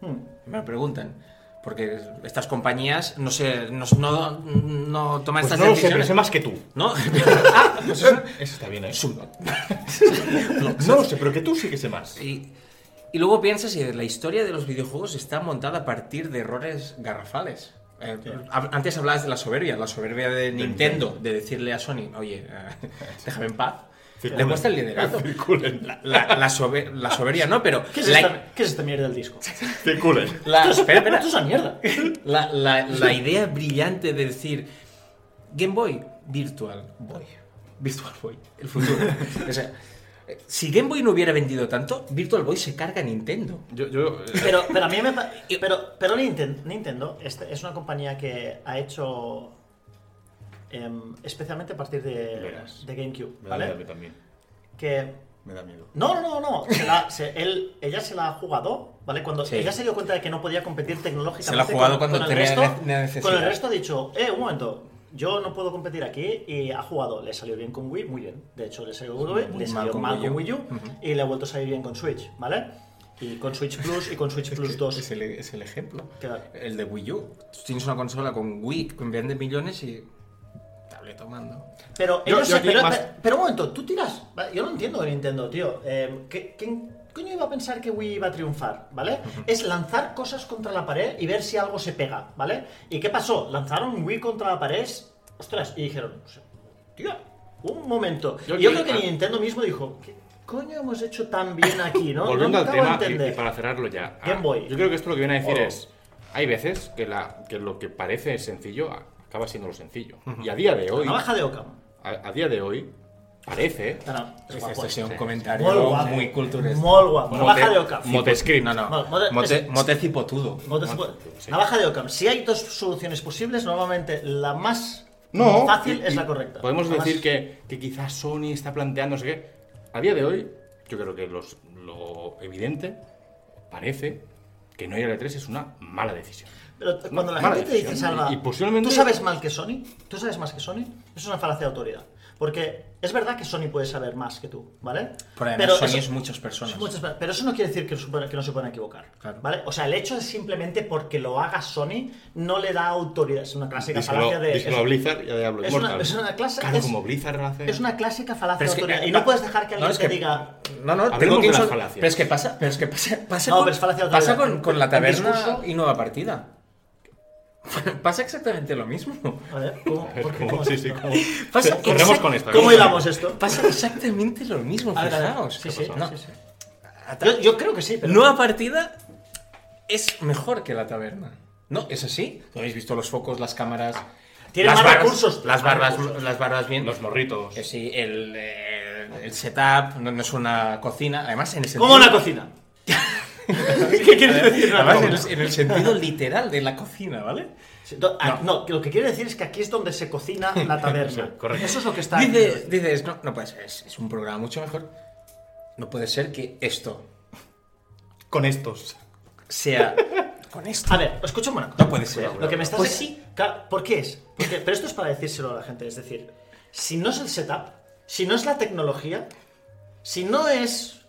Speaker 6: Hmm.
Speaker 2: Me lo preguntan. Porque estas compañías no se, no, no, no toman
Speaker 7: Pues
Speaker 2: estas
Speaker 7: no lo sé, pero
Speaker 2: decisiones.
Speaker 7: sé más que tú.
Speaker 2: ¿No? Ah, pues eso-
Speaker 4: Eso está bien, ¿eh?
Speaker 2: es un-
Speaker 4: No lo sé, pero que tú sí que sé más.
Speaker 2: Y, y luego piensas si la historia de los videojuegos está montada a partir de errores garrafales. Eh, hab- Antes hablabas de la soberbia, la soberbia de Nintendo, de decirle a Sony, oye, eh, déjame en paz. Le cuesta el liderato. La, la- la sobe- la soberbia no, pero...
Speaker 6: ¿Qué es,
Speaker 2: la-
Speaker 6: esta, qué es esta mierda del disco?
Speaker 4: Circulen.
Speaker 2: la- espera, espera.
Speaker 6: Esto es una mierda.
Speaker 2: La, la- la idea brillante de decir Game Boy, Virtual Boy. Virtual Boy, el futuro. O sea, eh, si Game Boy no hubiera vendido tanto, Virtual Boy se carga a Nintendo.
Speaker 4: Yo, yo, eh,
Speaker 6: Pero, pero a mí me pa- pero, pero Ninten- Nintendo este- es una compañía que ha hecho em, especialmente a partir de,
Speaker 4: Verás.
Speaker 6: de GameCube,
Speaker 4: me da miedo
Speaker 6: ¿vale?
Speaker 4: también.
Speaker 6: Que
Speaker 4: Me da miedo.
Speaker 6: no, no, no, no. se la- se- él, ella se la ha jugado, ¿vale? Cuando
Speaker 2: Sí.
Speaker 6: ella se dio cuenta de que no podía competir tecnológicamente.
Speaker 2: Se la ha jugado
Speaker 6: con-
Speaker 2: cuando
Speaker 6: con el
Speaker 2: tenía
Speaker 6: resto,
Speaker 2: ne- necesidad.
Speaker 6: Con el resto ha dicho, eh, un momento, yo no puedo competir aquí y ha jugado. Le salió bien con Wii, muy bien. De hecho, le salió con Wii,
Speaker 2: Muy
Speaker 6: le
Speaker 2: mal
Speaker 6: salió
Speaker 2: con
Speaker 6: mal
Speaker 2: Wii U.
Speaker 6: con Wii U
Speaker 2: Ujú.
Speaker 6: y le ha vuelto a salir bien con Switch, ¿vale? Y con Switch Plus y con Switch Plus 2.
Speaker 2: Es el, e, es el ejemplo.
Speaker 6: Claro.
Speaker 2: El de Wii U. Tú Tienes una consola con Wii, con vende millones y. tableta tomando.
Speaker 6: Pero,
Speaker 4: Yo-
Speaker 6: ellos
Speaker 4: yo
Speaker 6: se-
Speaker 4: aquí
Speaker 6: pero,
Speaker 4: más-
Speaker 6: pero- pero un momento, tú tiras. va, Yo no entiendo de Nintendo, tío. Eh, ¿qué- ¿Quién coño iba a pensar que Wii iba a triunfar? ¿Vale? Es lanzar cosas contra la pared y ver si algo se pega, ¿vale? ¿Y qué pasó? Lanzaron Wii contra la pared. Ostras, y dijeron, tío, un momento.
Speaker 4: Yo
Speaker 6: Y Yo,
Speaker 4: aquí-
Speaker 6: creo que
Speaker 4: ah.
Speaker 6: Nintendo mismo dijo, ¿qué coño hemos hecho tan bien aquí, no?
Speaker 4: Volviendo
Speaker 6: No
Speaker 4: al
Speaker 6: acabo de
Speaker 4: tema y- y,
Speaker 6: entender.
Speaker 4: para cerrarlo ya. ah,
Speaker 6: Game Boy. Oh.
Speaker 4: Yo creo que esto lo que viene a decir
Speaker 6: Oro.
Speaker 4: es, hay veces que, la, que lo que parece sencillo a- acaba siendo lo sencillo. Y a día de hoy,
Speaker 6: La
Speaker 4: a,
Speaker 6: baja de Ockham.
Speaker 4: a día de hoy, parece...
Speaker 6: No, no, es
Speaker 2: Este
Speaker 6: guapo,
Speaker 2: ha sido un
Speaker 6: pues, sí.
Speaker 2: comentario
Speaker 6: Molt guapo.
Speaker 2: muy culturista.
Speaker 6: Molt guapo. La baja de pues, Ockham.
Speaker 4: Motescript.
Speaker 2: No, no.
Speaker 6: Bueno, mote-
Speaker 2: Mote,
Speaker 6: es-
Speaker 2: mote cipotudo.
Speaker 6: Motes- Navaja de Ockham. Si hay dos soluciones posibles, normalmente la más
Speaker 4: No,
Speaker 6: fácil
Speaker 4: y-
Speaker 6: es
Speaker 4: y
Speaker 6: la correcta.
Speaker 4: Podemos
Speaker 6: La más-
Speaker 4: decir que, que quizás Sony está planteando, no sé qué. A día de hoy, yo creo que los, lo evidente parece que no ir a E3 es una mala decisión.
Speaker 6: Pero t- cuando la
Speaker 4: mala
Speaker 6: gente te dice,
Speaker 4: decisión,
Speaker 6: Salva,
Speaker 4: y- y posiblemente-
Speaker 6: ¿tú sabes mal que Sony? ¿Tú sabes más que Sony? Es una falacia de autoridad. Porque es verdad que Sony puede saber más que tú, ¿vale?
Speaker 2: Pero además Sony es muchas personas.
Speaker 6: es muchas per- pero eso no quiere decir que, supo- que no se puedan equivocar,
Speaker 2: Claro.
Speaker 6: ¿vale? O sea, el hecho de simplemente porque lo haga Sony no le da autoridad. Es una clásica
Speaker 4: Díselo,
Speaker 6: falacia de...
Speaker 4: díselo
Speaker 6: es-
Speaker 4: a Blizzard y a Diablo
Speaker 6: es
Speaker 4: Immortal.
Speaker 6: una- es una clase-
Speaker 4: Claro,
Speaker 6: es-
Speaker 4: como Blizzard hace...
Speaker 6: es una clásica falacia
Speaker 2: Pero es
Speaker 6: de
Speaker 2: que-
Speaker 6: autoridad.
Speaker 2: eh,
Speaker 6: y no
Speaker 2: pa-
Speaker 6: puedes dejar que alguien
Speaker 2: es
Speaker 6: te diga...
Speaker 2: No, no,
Speaker 4: Hablemos
Speaker 2: tengo que
Speaker 4: de las
Speaker 2: usar-
Speaker 4: falacias.
Speaker 2: Pero es que pasa, pero es que pasa, pasa,
Speaker 6: No,
Speaker 2: con,
Speaker 6: pero es falacia de otra
Speaker 2: pasa
Speaker 6: manera.
Speaker 2: con, con la
Speaker 6: Un
Speaker 2: taberna
Speaker 6: discurso-
Speaker 2: y nueva partida. pasa exactamente lo mismo.
Speaker 6: A ver, ¿cómo?
Speaker 4: A ver,
Speaker 6: ¿Por qué?
Speaker 4: ¿cómo?
Speaker 6: ¿Cómo es
Speaker 4: Sí, sí,
Speaker 6: esto?
Speaker 4: ¿cómo?
Speaker 2: Pasa
Speaker 4: Cerremos
Speaker 2: exact-
Speaker 4: con esta.
Speaker 6: ¿Cómo hilamos esto?
Speaker 2: Pasa exactamente lo mismo,
Speaker 6: A ver, a ver.
Speaker 2: fijaos.
Speaker 6: Sí, sí,
Speaker 2: No,
Speaker 6: sí, sí. Yo, yo creo que sí, pero.
Speaker 2: Nueva partida es mejor que la taberna. No, es así. ¿No habéis visto los focos, las cámaras?
Speaker 6: Tiene
Speaker 2: las
Speaker 6: más
Speaker 2: barbas-
Speaker 6: recursos.
Speaker 2: Las
Speaker 6: Más
Speaker 2: barbas,
Speaker 6: recursos.
Speaker 2: las barbas bien.
Speaker 4: Los morritos.
Speaker 2: Eh, Sí, el, el- el setup no, no es una cocina. Además, en el sentido.
Speaker 6: ¿Cómo una cocina? ¿Qué quieres decir? una
Speaker 2: Además, en
Speaker 6: cocina?
Speaker 2: el, en el sentido literal de la cocina, ¿vale?
Speaker 6: Sí, do- ah, No, que lo que quiere decir es que aquí es donde se cocina la taberna.
Speaker 4: correcto.
Speaker 6: Eso es lo que está.
Speaker 2: Dice- dices, no, no puede ser, es, es un programa mucho mejor. No puede ser que esto
Speaker 8: Con estos.
Speaker 2: sea con esto.
Speaker 6: A ver, escúchame una cosa.
Speaker 2: No puede ser.
Speaker 6: Lo que me estás
Speaker 2: Pues sí.
Speaker 6: Claro, ¿Por qué es? Porque- pero esto es para decírselo a la gente. Es decir, si no es el setup, si no es la tecnología, si no es.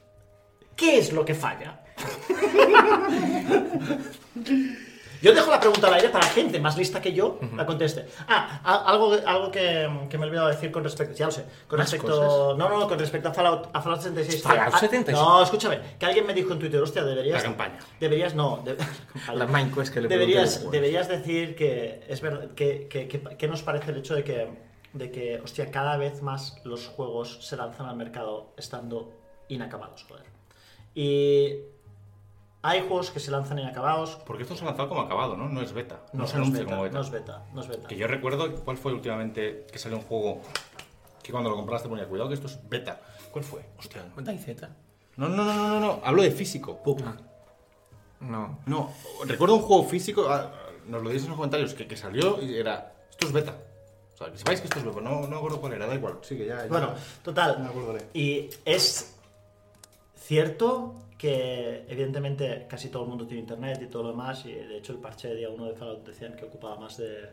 Speaker 6: ¿Qué es lo que falla? Yo dejo la pregunta al aire para gente más lista que yo la conteste. Ah, a- algo, algo que, que me he olvidado decir con respecto. Ya lo sé. Con
Speaker 2: ¿Más
Speaker 6: respecto.
Speaker 2: cosas?
Speaker 6: No, no, con respecto a Fallout, a Fallout 76.
Speaker 2: Fallout
Speaker 6: Ah,
Speaker 2: 76.
Speaker 6: no, escúchame. Que alguien me dijo en Twitter, hostia, deberías.
Speaker 4: La campaña.
Speaker 6: Deberías, no. de-
Speaker 2: La Minecraft que le
Speaker 6: deberías,
Speaker 2: pregunté a
Speaker 6: deberías decir que es verdad que, que- que- que nos parece el hecho de que, de que, hostia, cada vez más los juegos se lanzan al mercado estando inacabados, joder. Y hay juegos que se lanzan inacabados.
Speaker 4: Porque esto se ha lanzado como acabado, ¿no? No es beta. No, se
Speaker 6: es
Speaker 4: anuncia como beta.
Speaker 6: No es beta, no es beta.
Speaker 4: Que yo recuerdo, ¿cuál fue últimamente que salió un juego que cuando lo compraste ponía cuidado que esto es beta? ¿Cuál fue? Hostia. no.
Speaker 2: Cuenta y Z.
Speaker 4: No, no, no, no, no, no. Hablo de físico. Ah,
Speaker 2: No.
Speaker 4: No, recuerdo un juego físico, ah, nos lo dices en los comentarios, que, que salió y era, esto es beta. O sea, que sepáis que esto es beta, no, no me acuerdo cuál era, da igual. Sí, que ya, ya-
Speaker 6: Bueno, total.
Speaker 8: Me acordaré.
Speaker 6: Y es cierto que, evidentemente, casi todo el mundo tiene internet y todo lo demás. Y de hecho, el parche de día 1 de Fallout decían que ocupaba más de,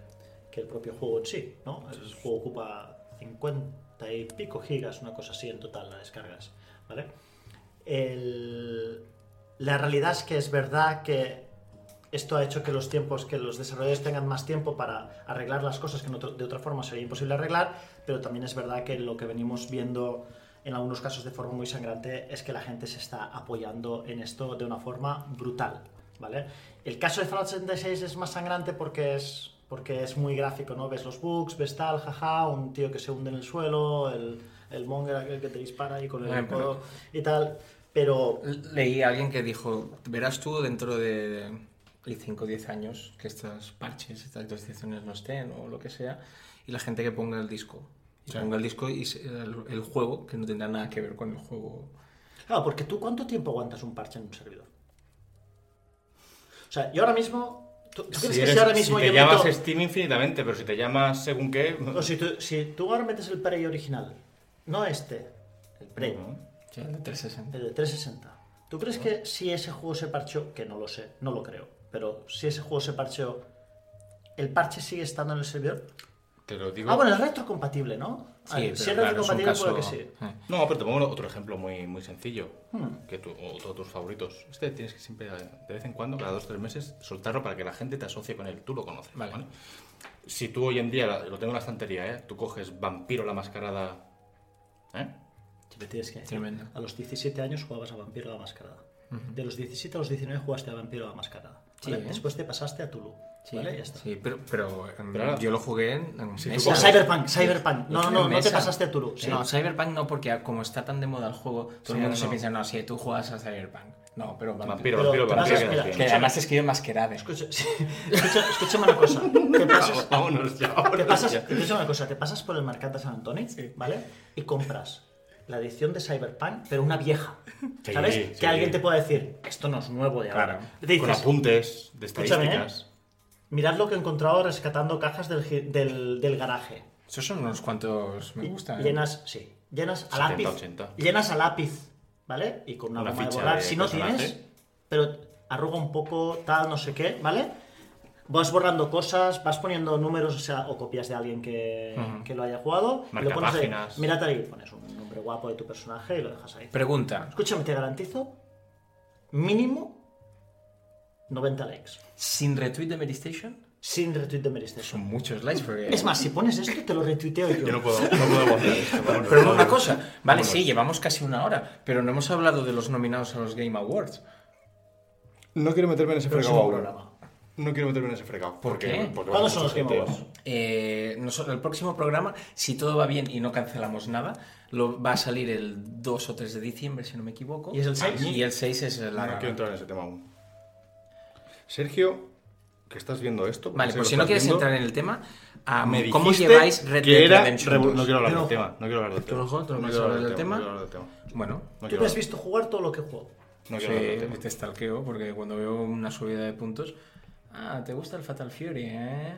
Speaker 6: que el propio juego en sí. ¿no? El juego ocupa 50 y pico gigas, una cosa así en total, las descargas. ¿Vale? El- La realidad es que es verdad que esto ha hecho que los tiempos, que los desarrolladores tengan más tiempo para arreglar las cosas que en otro- de otra forma sería imposible arreglar, pero también es verdad que lo que venimos viendo en algunos casos de forma muy sangrante es que la gente se está apoyando en esto de una forma brutal, ¿vale? El caso de Fallout 76 es más sangrante porque es porque es muy gráfico, ¿no? Ves los bugs, ves tal, jaja, un tío que se hunde en el suelo, el, el monger aquel que te dispara y con
Speaker 2: Ay,
Speaker 6: el
Speaker 2: pero-
Speaker 6: codo y tal, pero
Speaker 2: Leí a alguien que dijo, verás tú dentro de 5 o 10 años que estos parches, estas actualizaciones no estén o lo que sea, y la gente que ponga el disco. Y ponga el disco y se- el, el juego, que no tendrá nada que ver con el juego.
Speaker 6: Claro, porque tú cuánto tiempo aguantas un parche en un servidor. O sea, yo ahora mismo. ¿Tú, tú crees que si ahora mismo
Speaker 4: si
Speaker 6: yo
Speaker 4: te llamas
Speaker 6: meto-
Speaker 2: este-
Speaker 4: Steam infinitamente, pero si te llamas según qué...
Speaker 6: No, si, tú, si tú ahora metes el Prey original, no este, el Prey,
Speaker 2: Ya, de 360.
Speaker 6: el de 360. ¿Tú crees que si ese juego se parcheó, que no lo sé, no lo creo, pero si ese juego se parcheó, el parche sigue estando en el servidor?
Speaker 4: Te lo digo.
Speaker 6: Ah, bueno, es retrocompatible, ¿no? Ah,
Speaker 2: Sí,
Speaker 6: si
Speaker 2: pero
Speaker 6: es
Speaker 2: claro, es un
Speaker 6: retrocompatible,
Speaker 2: caso...
Speaker 6: puede que sí.
Speaker 2: eh.
Speaker 4: No, pero te pongo otro ejemplo muy, muy sencillo.
Speaker 6: Hmm.
Speaker 4: Que tu- o todos tus favoritos. Este tienes que siempre, de vez en cuando, cada dos o tres meses, soltarlo para que la gente te asocie con él. Tú lo conoces.
Speaker 2: Vale.
Speaker 4: Si tú hoy en día, lo tengo en la estantería, ¿eh? tú coges Vampiro la Mascarada. ¿eh?
Speaker 6: Siempre tienes que decir.
Speaker 2: Tremendo.
Speaker 6: A los 17 años jugabas a Vampiro la Mascarada. De los 17 a los 19 jugaste a Vampiro la Mascarada.
Speaker 2: Sí,
Speaker 6: ¿vale?
Speaker 2: ¿eh?
Speaker 6: Después te pasaste a Tulu.
Speaker 2: Sí,
Speaker 6: ¿Vale? Ya está.
Speaker 2: sí, pero, pero, em,
Speaker 4: Pero ahora-
Speaker 2: yo lo jugué en, en
Speaker 4: Sí, tú
Speaker 2: mesa.
Speaker 6: O
Speaker 4: coges-
Speaker 6: Cyberpunk, Cyberpunk. No, no, no, no te
Speaker 2: Mesa.
Speaker 6: pasaste a Tulu. Sí.
Speaker 2: No, Cyberpunk no, porque como está tan de moda el juego, todo
Speaker 4: Sí,
Speaker 2: el mundo
Speaker 4: no,
Speaker 2: se
Speaker 4: no.
Speaker 2: piensa, no, si tú juegas a Cyberpunk. No, pero
Speaker 4: Vampiro, vampiro,
Speaker 6: Pero
Speaker 4: vampiro.
Speaker 6: te vas a-
Speaker 4: que nos
Speaker 6: mira,
Speaker 2: Que
Speaker 4: viene.
Speaker 2: además escribe masquerade.
Speaker 6: Escucha, sí. Escucha- escúchame una cosa. Te pasas,
Speaker 4: Vámonos ya. vámonos
Speaker 6: te pasas,
Speaker 4: ya.
Speaker 6: te pienso una cosa, te pasas por el mercado de San Antonio, ¿vale? Y compras la edición de Cyberpunk, pero una vieja.
Speaker 4: Sí,
Speaker 6: ¿Sabes?
Speaker 4: sí.
Speaker 6: Que alguien te pueda decir, esto no es nuevo de ahora.
Speaker 2: Claro.
Speaker 6: Y Te
Speaker 4: Con
Speaker 6: dices,
Speaker 4: apuntes de
Speaker 6: Escúchame, ¿eh?
Speaker 4: estadísticas.
Speaker 6: mirad lo que he encontrado rescatando cajas del, gi- del, del garaje.
Speaker 2: Esos son unos cuantos. Me gustan. ¿eh?
Speaker 6: Llenas, sí, llenas
Speaker 4: 70,
Speaker 6: a lápiz.
Speaker 4: 80.
Speaker 6: Llenas a lápiz, ¿vale? Y con una,
Speaker 4: Una
Speaker 6: goma de
Speaker 4: ficha
Speaker 6: borrar.
Speaker 4: de
Speaker 6: si no
Speaker 4: personaje.
Speaker 6: tienes, pero arruga un poco, tal, no sé qué, ¿vale? Vas borrando cosas, vas poniendo números o, sea, o copias de alguien que, que lo haya jugado. y lo pones ahí.
Speaker 4: Marcapáginas.
Speaker 6: Mírate ahí, pones un nombre guapo de tu personaje y lo dejas ahí.
Speaker 2: Pregunta:
Speaker 6: Escúchame, te garantizo mínimo 90 likes.
Speaker 2: ¿sin retweet de Medistation?
Speaker 6: Sin retweet de Mary Station.
Speaker 2: Son muchos likes, porque.
Speaker 6: Es más, si pones esto, te lo retuiteo yo.
Speaker 4: Yo no puedo, no puedo aguantar esto. vámonos.
Speaker 2: Pero no, una cosa, vale,
Speaker 4: Vámonos.
Speaker 2: sí, llevamos casi una hora, pero no hemos hablado de los nominados a los Game Awards.
Speaker 4: No quiero meterme en ese
Speaker 6: Próximo
Speaker 4: fregado ahora.
Speaker 6: programa.
Speaker 4: No quiero meterme en ese fregado.
Speaker 2: ¿Por
Speaker 4: porque-
Speaker 2: qué?
Speaker 4: porque
Speaker 6: ¿Cuándo
Speaker 4: vamos
Speaker 6: son los
Speaker 4: muchos
Speaker 6: Game Awards?
Speaker 4: sorteos.
Speaker 2: Eh, nosotros- el próximo programa, si todo va bien y no cancelamos nada, lo, va a salir el 2 o 3 de diciembre, si no me equivoco. Ah,
Speaker 6: ¿Y es el 6?
Speaker 2: Y el 6 es la
Speaker 4: No quiero entrar en ese tema aún. Sergio, que estás viendo esto. porque
Speaker 2: Vale,
Speaker 4: sé
Speaker 2: pues
Speaker 4: que
Speaker 2: si
Speaker 4: lo
Speaker 2: no
Speaker 4: estás
Speaker 2: quieres
Speaker 4: viendo,
Speaker 2: entrar en el tema, ah,
Speaker 4: me
Speaker 2: ¿cómo
Speaker 4: dijiste
Speaker 2: lleváis Red
Speaker 4: que
Speaker 2: Dead
Speaker 4: era
Speaker 2: Redemption
Speaker 4: revo-
Speaker 2: 2?
Speaker 4: No quiero hablar del
Speaker 6: Pero-
Speaker 4: tema. No quiero hablar del tema.
Speaker 2: lo juego? ¿Tú no
Speaker 4: No
Speaker 2: quieres
Speaker 4: quiero
Speaker 2: hablar del
Speaker 4: hablar del
Speaker 2: tema?
Speaker 4: tema. No quiero hablar del tema.
Speaker 2: Bueno,
Speaker 4: No quiero
Speaker 6: Tú me has
Speaker 4: hablar-
Speaker 6: visto jugar todo lo que juego.
Speaker 4: No
Speaker 2: sí,
Speaker 4: quiero hablar del tema.
Speaker 2: te stalkeo porque cuando veo una subida de puntos... Ah, ¿te gusta el Fatal Fury, eh?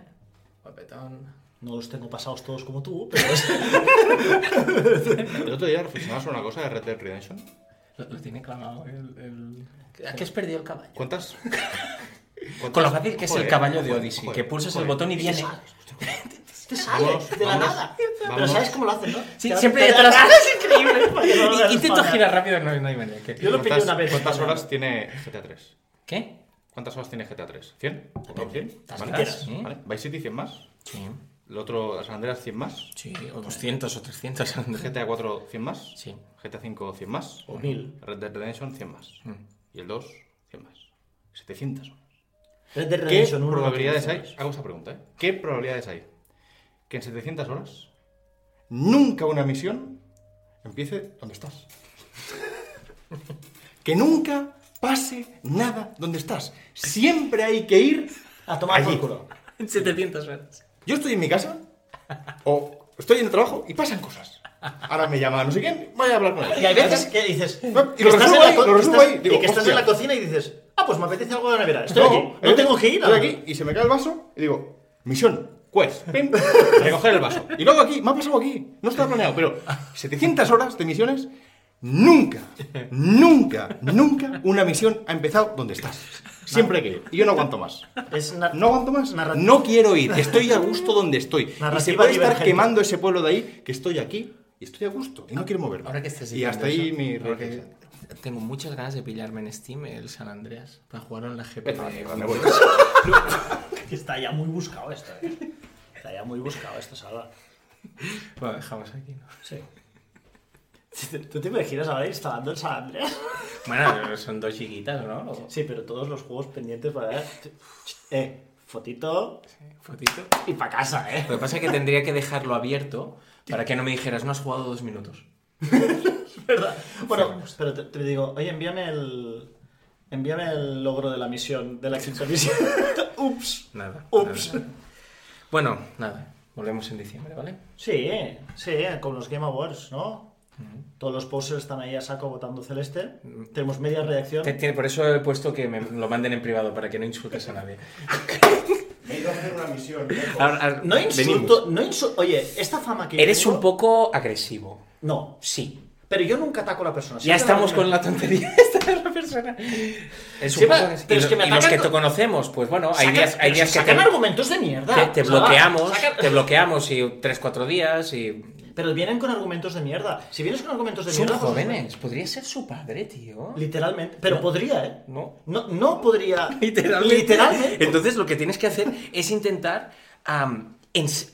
Speaker 2: Guapetón.
Speaker 6: No los tengo pasados todos como tú, pero es-
Speaker 4: El otro día reflexionaba sobre una cosa de Red Dead Redemption.
Speaker 2: Lo, lo tiene clavado el... el... ¿A qué has perdido el caballo?
Speaker 4: ¿Cuántas?
Speaker 2: Con lo fácil que es el
Speaker 4: Joder,
Speaker 2: caballo de
Speaker 4: joder,
Speaker 2: Odyssey,
Speaker 4: joder,
Speaker 2: que pulsas
Speaker 4: joder.
Speaker 2: el botón y viene...
Speaker 6: te sale
Speaker 4: Vamos,
Speaker 6: de la
Speaker 4: vamos,
Speaker 6: nada. Pero
Speaker 4: vamos.
Speaker 6: sabes cómo lo hacen, ¿no?
Speaker 2: Sí,
Speaker 6: Te-
Speaker 2: siempre
Speaker 6: te-
Speaker 2: detrás. Es
Speaker 6: Porque no lo
Speaker 2: increíble.
Speaker 6: hagas
Speaker 2: Y Intento
Speaker 6: España.
Speaker 2: girar rápido, no, no hay manera. que-
Speaker 6: Yo lo pillé
Speaker 4: ¿Cuántas-
Speaker 6: una vez.
Speaker 4: ¿Cuántas
Speaker 6: España.
Speaker 4: horas tiene GTA 3?
Speaker 2: ¿Qué?
Speaker 4: ¿Cuántas horas tiene GTA 3? ¿100? ¿100?
Speaker 2: Las
Speaker 4: ¿Vale? ¿Mm?
Speaker 2: que quieras, ¿eh?
Speaker 4: ¿Vale? ¿Vice City 100 más?
Speaker 2: Sí,
Speaker 4: ¿El otro, San Andreas 100 más?
Speaker 2: sí, o 200 o 300.
Speaker 4: ¿GTA 4 100 más?
Speaker 2: Sí.
Speaker 4: ¿GTA 5 100 más?
Speaker 6: O Pues mil.
Speaker 4: Red Dead Redemption 100 más. Y el 2 100 más. 700.
Speaker 6: Red Dead
Speaker 4: ¿Qué
Speaker 6: Redemption 1 no
Speaker 4: probabilidades
Speaker 6: tiene
Speaker 4: hay? Hago esa pregunta, ¿eh? ¿Qué probabilidades hay que en 700 horas nunca una misión empiece donde estás? que nunca pase nada donde estás. Siempre hay que ir
Speaker 6: A tomar
Speaker 4: allí.
Speaker 6: por culo.
Speaker 2: 700 horas.
Speaker 4: Yo estoy en mi casa o estoy en el trabajo y pasan cosas. Ahora me llama no sé quién, voy a hablar con él.
Speaker 6: Y hay veces Mm. que dices. que
Speaker 4: lo
Speaker 6: estás
Speaker 4: resuelvo
Speaker 6: en la
Speaker 4: ahí, lo
Speaker 6: co- que
Speaker 4: resuelvo
Speaker 6: estás-
Speaker 4: ahí, digo,
Speaker 6: Y que estás en la
Speaker 4: hostia.
Speaker 6: cocina y dices. Ah, pues me apetece algo de la nevera. Estoy
Speaker 4: No,
Speaker 6: aquí. No
Speaker 4: eh,
Speaker 6: tengo que ir.
Speaker 4: Estoy
Speaker 6: ahora.
Speaker 4: aquí y se me cae el vaso y digo, misión, quest, pim, recoger el vaso. Y luego aquí, me ha pasado aquí, no estaba planeado, pero 700 horas de misiones, nunca, nunca, nunca una misión ha empezado donde estás. Siempre hay que ir. Y yo no aguanto más.
Speaker 6: Es una-
Speaker 4: No aguanto más.
Speaker 6: Narrat-
Speaker 4: No quiero ir. Estoy a gusto donde estoy. y se
Speaker 6: Narrativa
Speaker 4: puede estar
Speaker 6: divergente.
Speaker 4: quemando ese pueblo de ahí, que estoy aquí y estoy a gusto. Y no quiero moverme.
Speaker 2: Ahora que estás
Speaker 4: Y
Speaker 2: diciendo
Speaker 4: hasta ahí
Speaker 2: eso,
Speaker 4: mi...
Speaker 2: ahora que Tengo muchas ganas de pillarme en Steam el San Andreas para jugar en la GP.
Speaker 4: Me voy.
Speaker 6: Que Está ya muy buscado esto, eh. Está ya muy buscado esto, Salva.
Speaker 2: Pues Lo dejamos aquí, ¿no?
Speaker 6: Sí. ¿Tú te imaginas ahora instalando el San Andreas?
Speaker 2: Bueno, son dos chiquitas, ¿no?
Speaker 6: Sí, pero todos los juegos pendientes para. Eh, fotito
Speaker 2: Fotito.
Speaker 6: y pa' casa, eh.
Speaker 2: Lo que pasa es que tendría que dejarlo abierto para que no me dijeras, no has jugado dos minutos.
Speaker 6: ¿Verdad? Bueno, pero te, te digo, oye, envíame el. Envíame el logro de la misión, de la quinta misión. Ups.
Speaker 2: Nada.
Speaker 6: Ups.
Speaker 2: nada. Bueno, nada. Volvemos en diciembre, ¿vale?
Speaker 6: Sí, sí, con los Game Awards, ¿no? Todos los posters están ahí a saco votando celeste. Tenemos media redacción.
Speaker 2: Mm. Te- tiene- por eso he puesto que me lo manden en privado para que no insultes a nadie.
Speaker 4: Me he ido a hacer una misión.
Speaker 2: Ahora- ahora-
Speaker 6: No
Speaker 2: venimos.
Speaker 6: insulto, no insulto. Oye, esta fama que. yo
Speaker 2: Eres
Speaker 6: tengo-
Speaker 2: un poco agresivo.
Speaker 6: No,
Speaker 2: Sí.
Speaker 6: pero yo nunca ataco a la persona.
Speaker 2: Ya
Speaker 6: siempre
Speaker 2: estamos
Speaker 6: la-
Speaker 2: con la tontería. esta de la persona. Es
Speaker 6: Sí,
Speaker 2: un poco
Speaker 6: pero-
Speaker 2: así.
Speaker 6: pero
Speaker 2: y,
Speaker 6: es que
Speaker 2: lo-
Speaker 6: me
Speaker 2: y los
Speaker 6: atacan
Speaker 2: que
Speaker 6: con-
Speaker 2: te conocemos, pues bueno, hay
Speaker 6: Sacan-
Speaker 2: días, hay
Speaker 6: pero
Speaker 2: días
Speaker 6: si
Speaker 2: que te,
Speaker 6: sacan argumentos de mierda.
Speaker 2: te- te
Speaker 6: O sea, va,
Speaker 2: bloqueamos,
Speaker 6: sacan-
Speaker 2: te bloqueamos y tres, cuatro días y...
Speaker 6: Pero vienen con argumentos de mierda. Si vienes con argumentos de
Speaker 2: Son
Speaker 6: mierda. pues-
Speaker 2: jóvenes, podría ser su padre, tío.
Speaker 6: Literalmente. Pero podría, ¿eh?
Speaker 2: No.
Speaker 6: No, no podría.
Speaker 2: Literalmente.
Speaker 6: Literalmente.
Speaker 2: Entonces lo que tienes que hacer es intentar am, ens-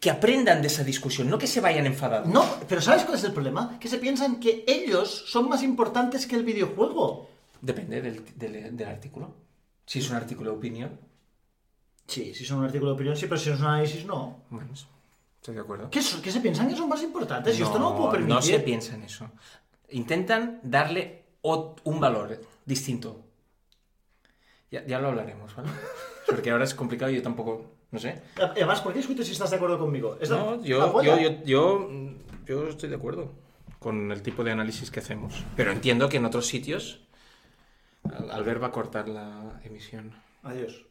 Speaker 2: que aprendan de esa discusión, no que se vayan enfadados.
Speaker 6: No, pero ¿sabes cuál es el problema? Que se piensan que ellos son más importantes que el videojuego.
Speaker 2: Depende del, del- del artículo. Si es un artículo de opinión,
Speaker 6: Sí, si son un artículo de opinión, sí, pero si es un análisis, no.
Speaker 2: bueno, estoy de acuerdo.
Speaker 6: ¿Qué, son- qué se piensan que son más importantes? Yo esto no lo puedo permitir.
Speaker 2: No se piensa en eso. Intentan darle ot- un valor distinto. Ya, ya lo hablaremos, ¿vale? Porque ahora es complicado y yo tampoco, no sé.
Speaker 6: Además, ¿por qué discutes si estás de acuerdo conmigo? ¿Es la-
Speaker 2: No,
Speaker 6: la
Speaker 2: yo,
Speaker 6: polla?
Speaker 2: yo, yo, yo, mm,
Speaker 9: Yo estoy de acuerdo.
Speaker 2: con el tipo de análisis que hacemos. Pero entiendo que en otros sitios Al- Albert va a cortar la emisión.
Speaker 6: Adiós.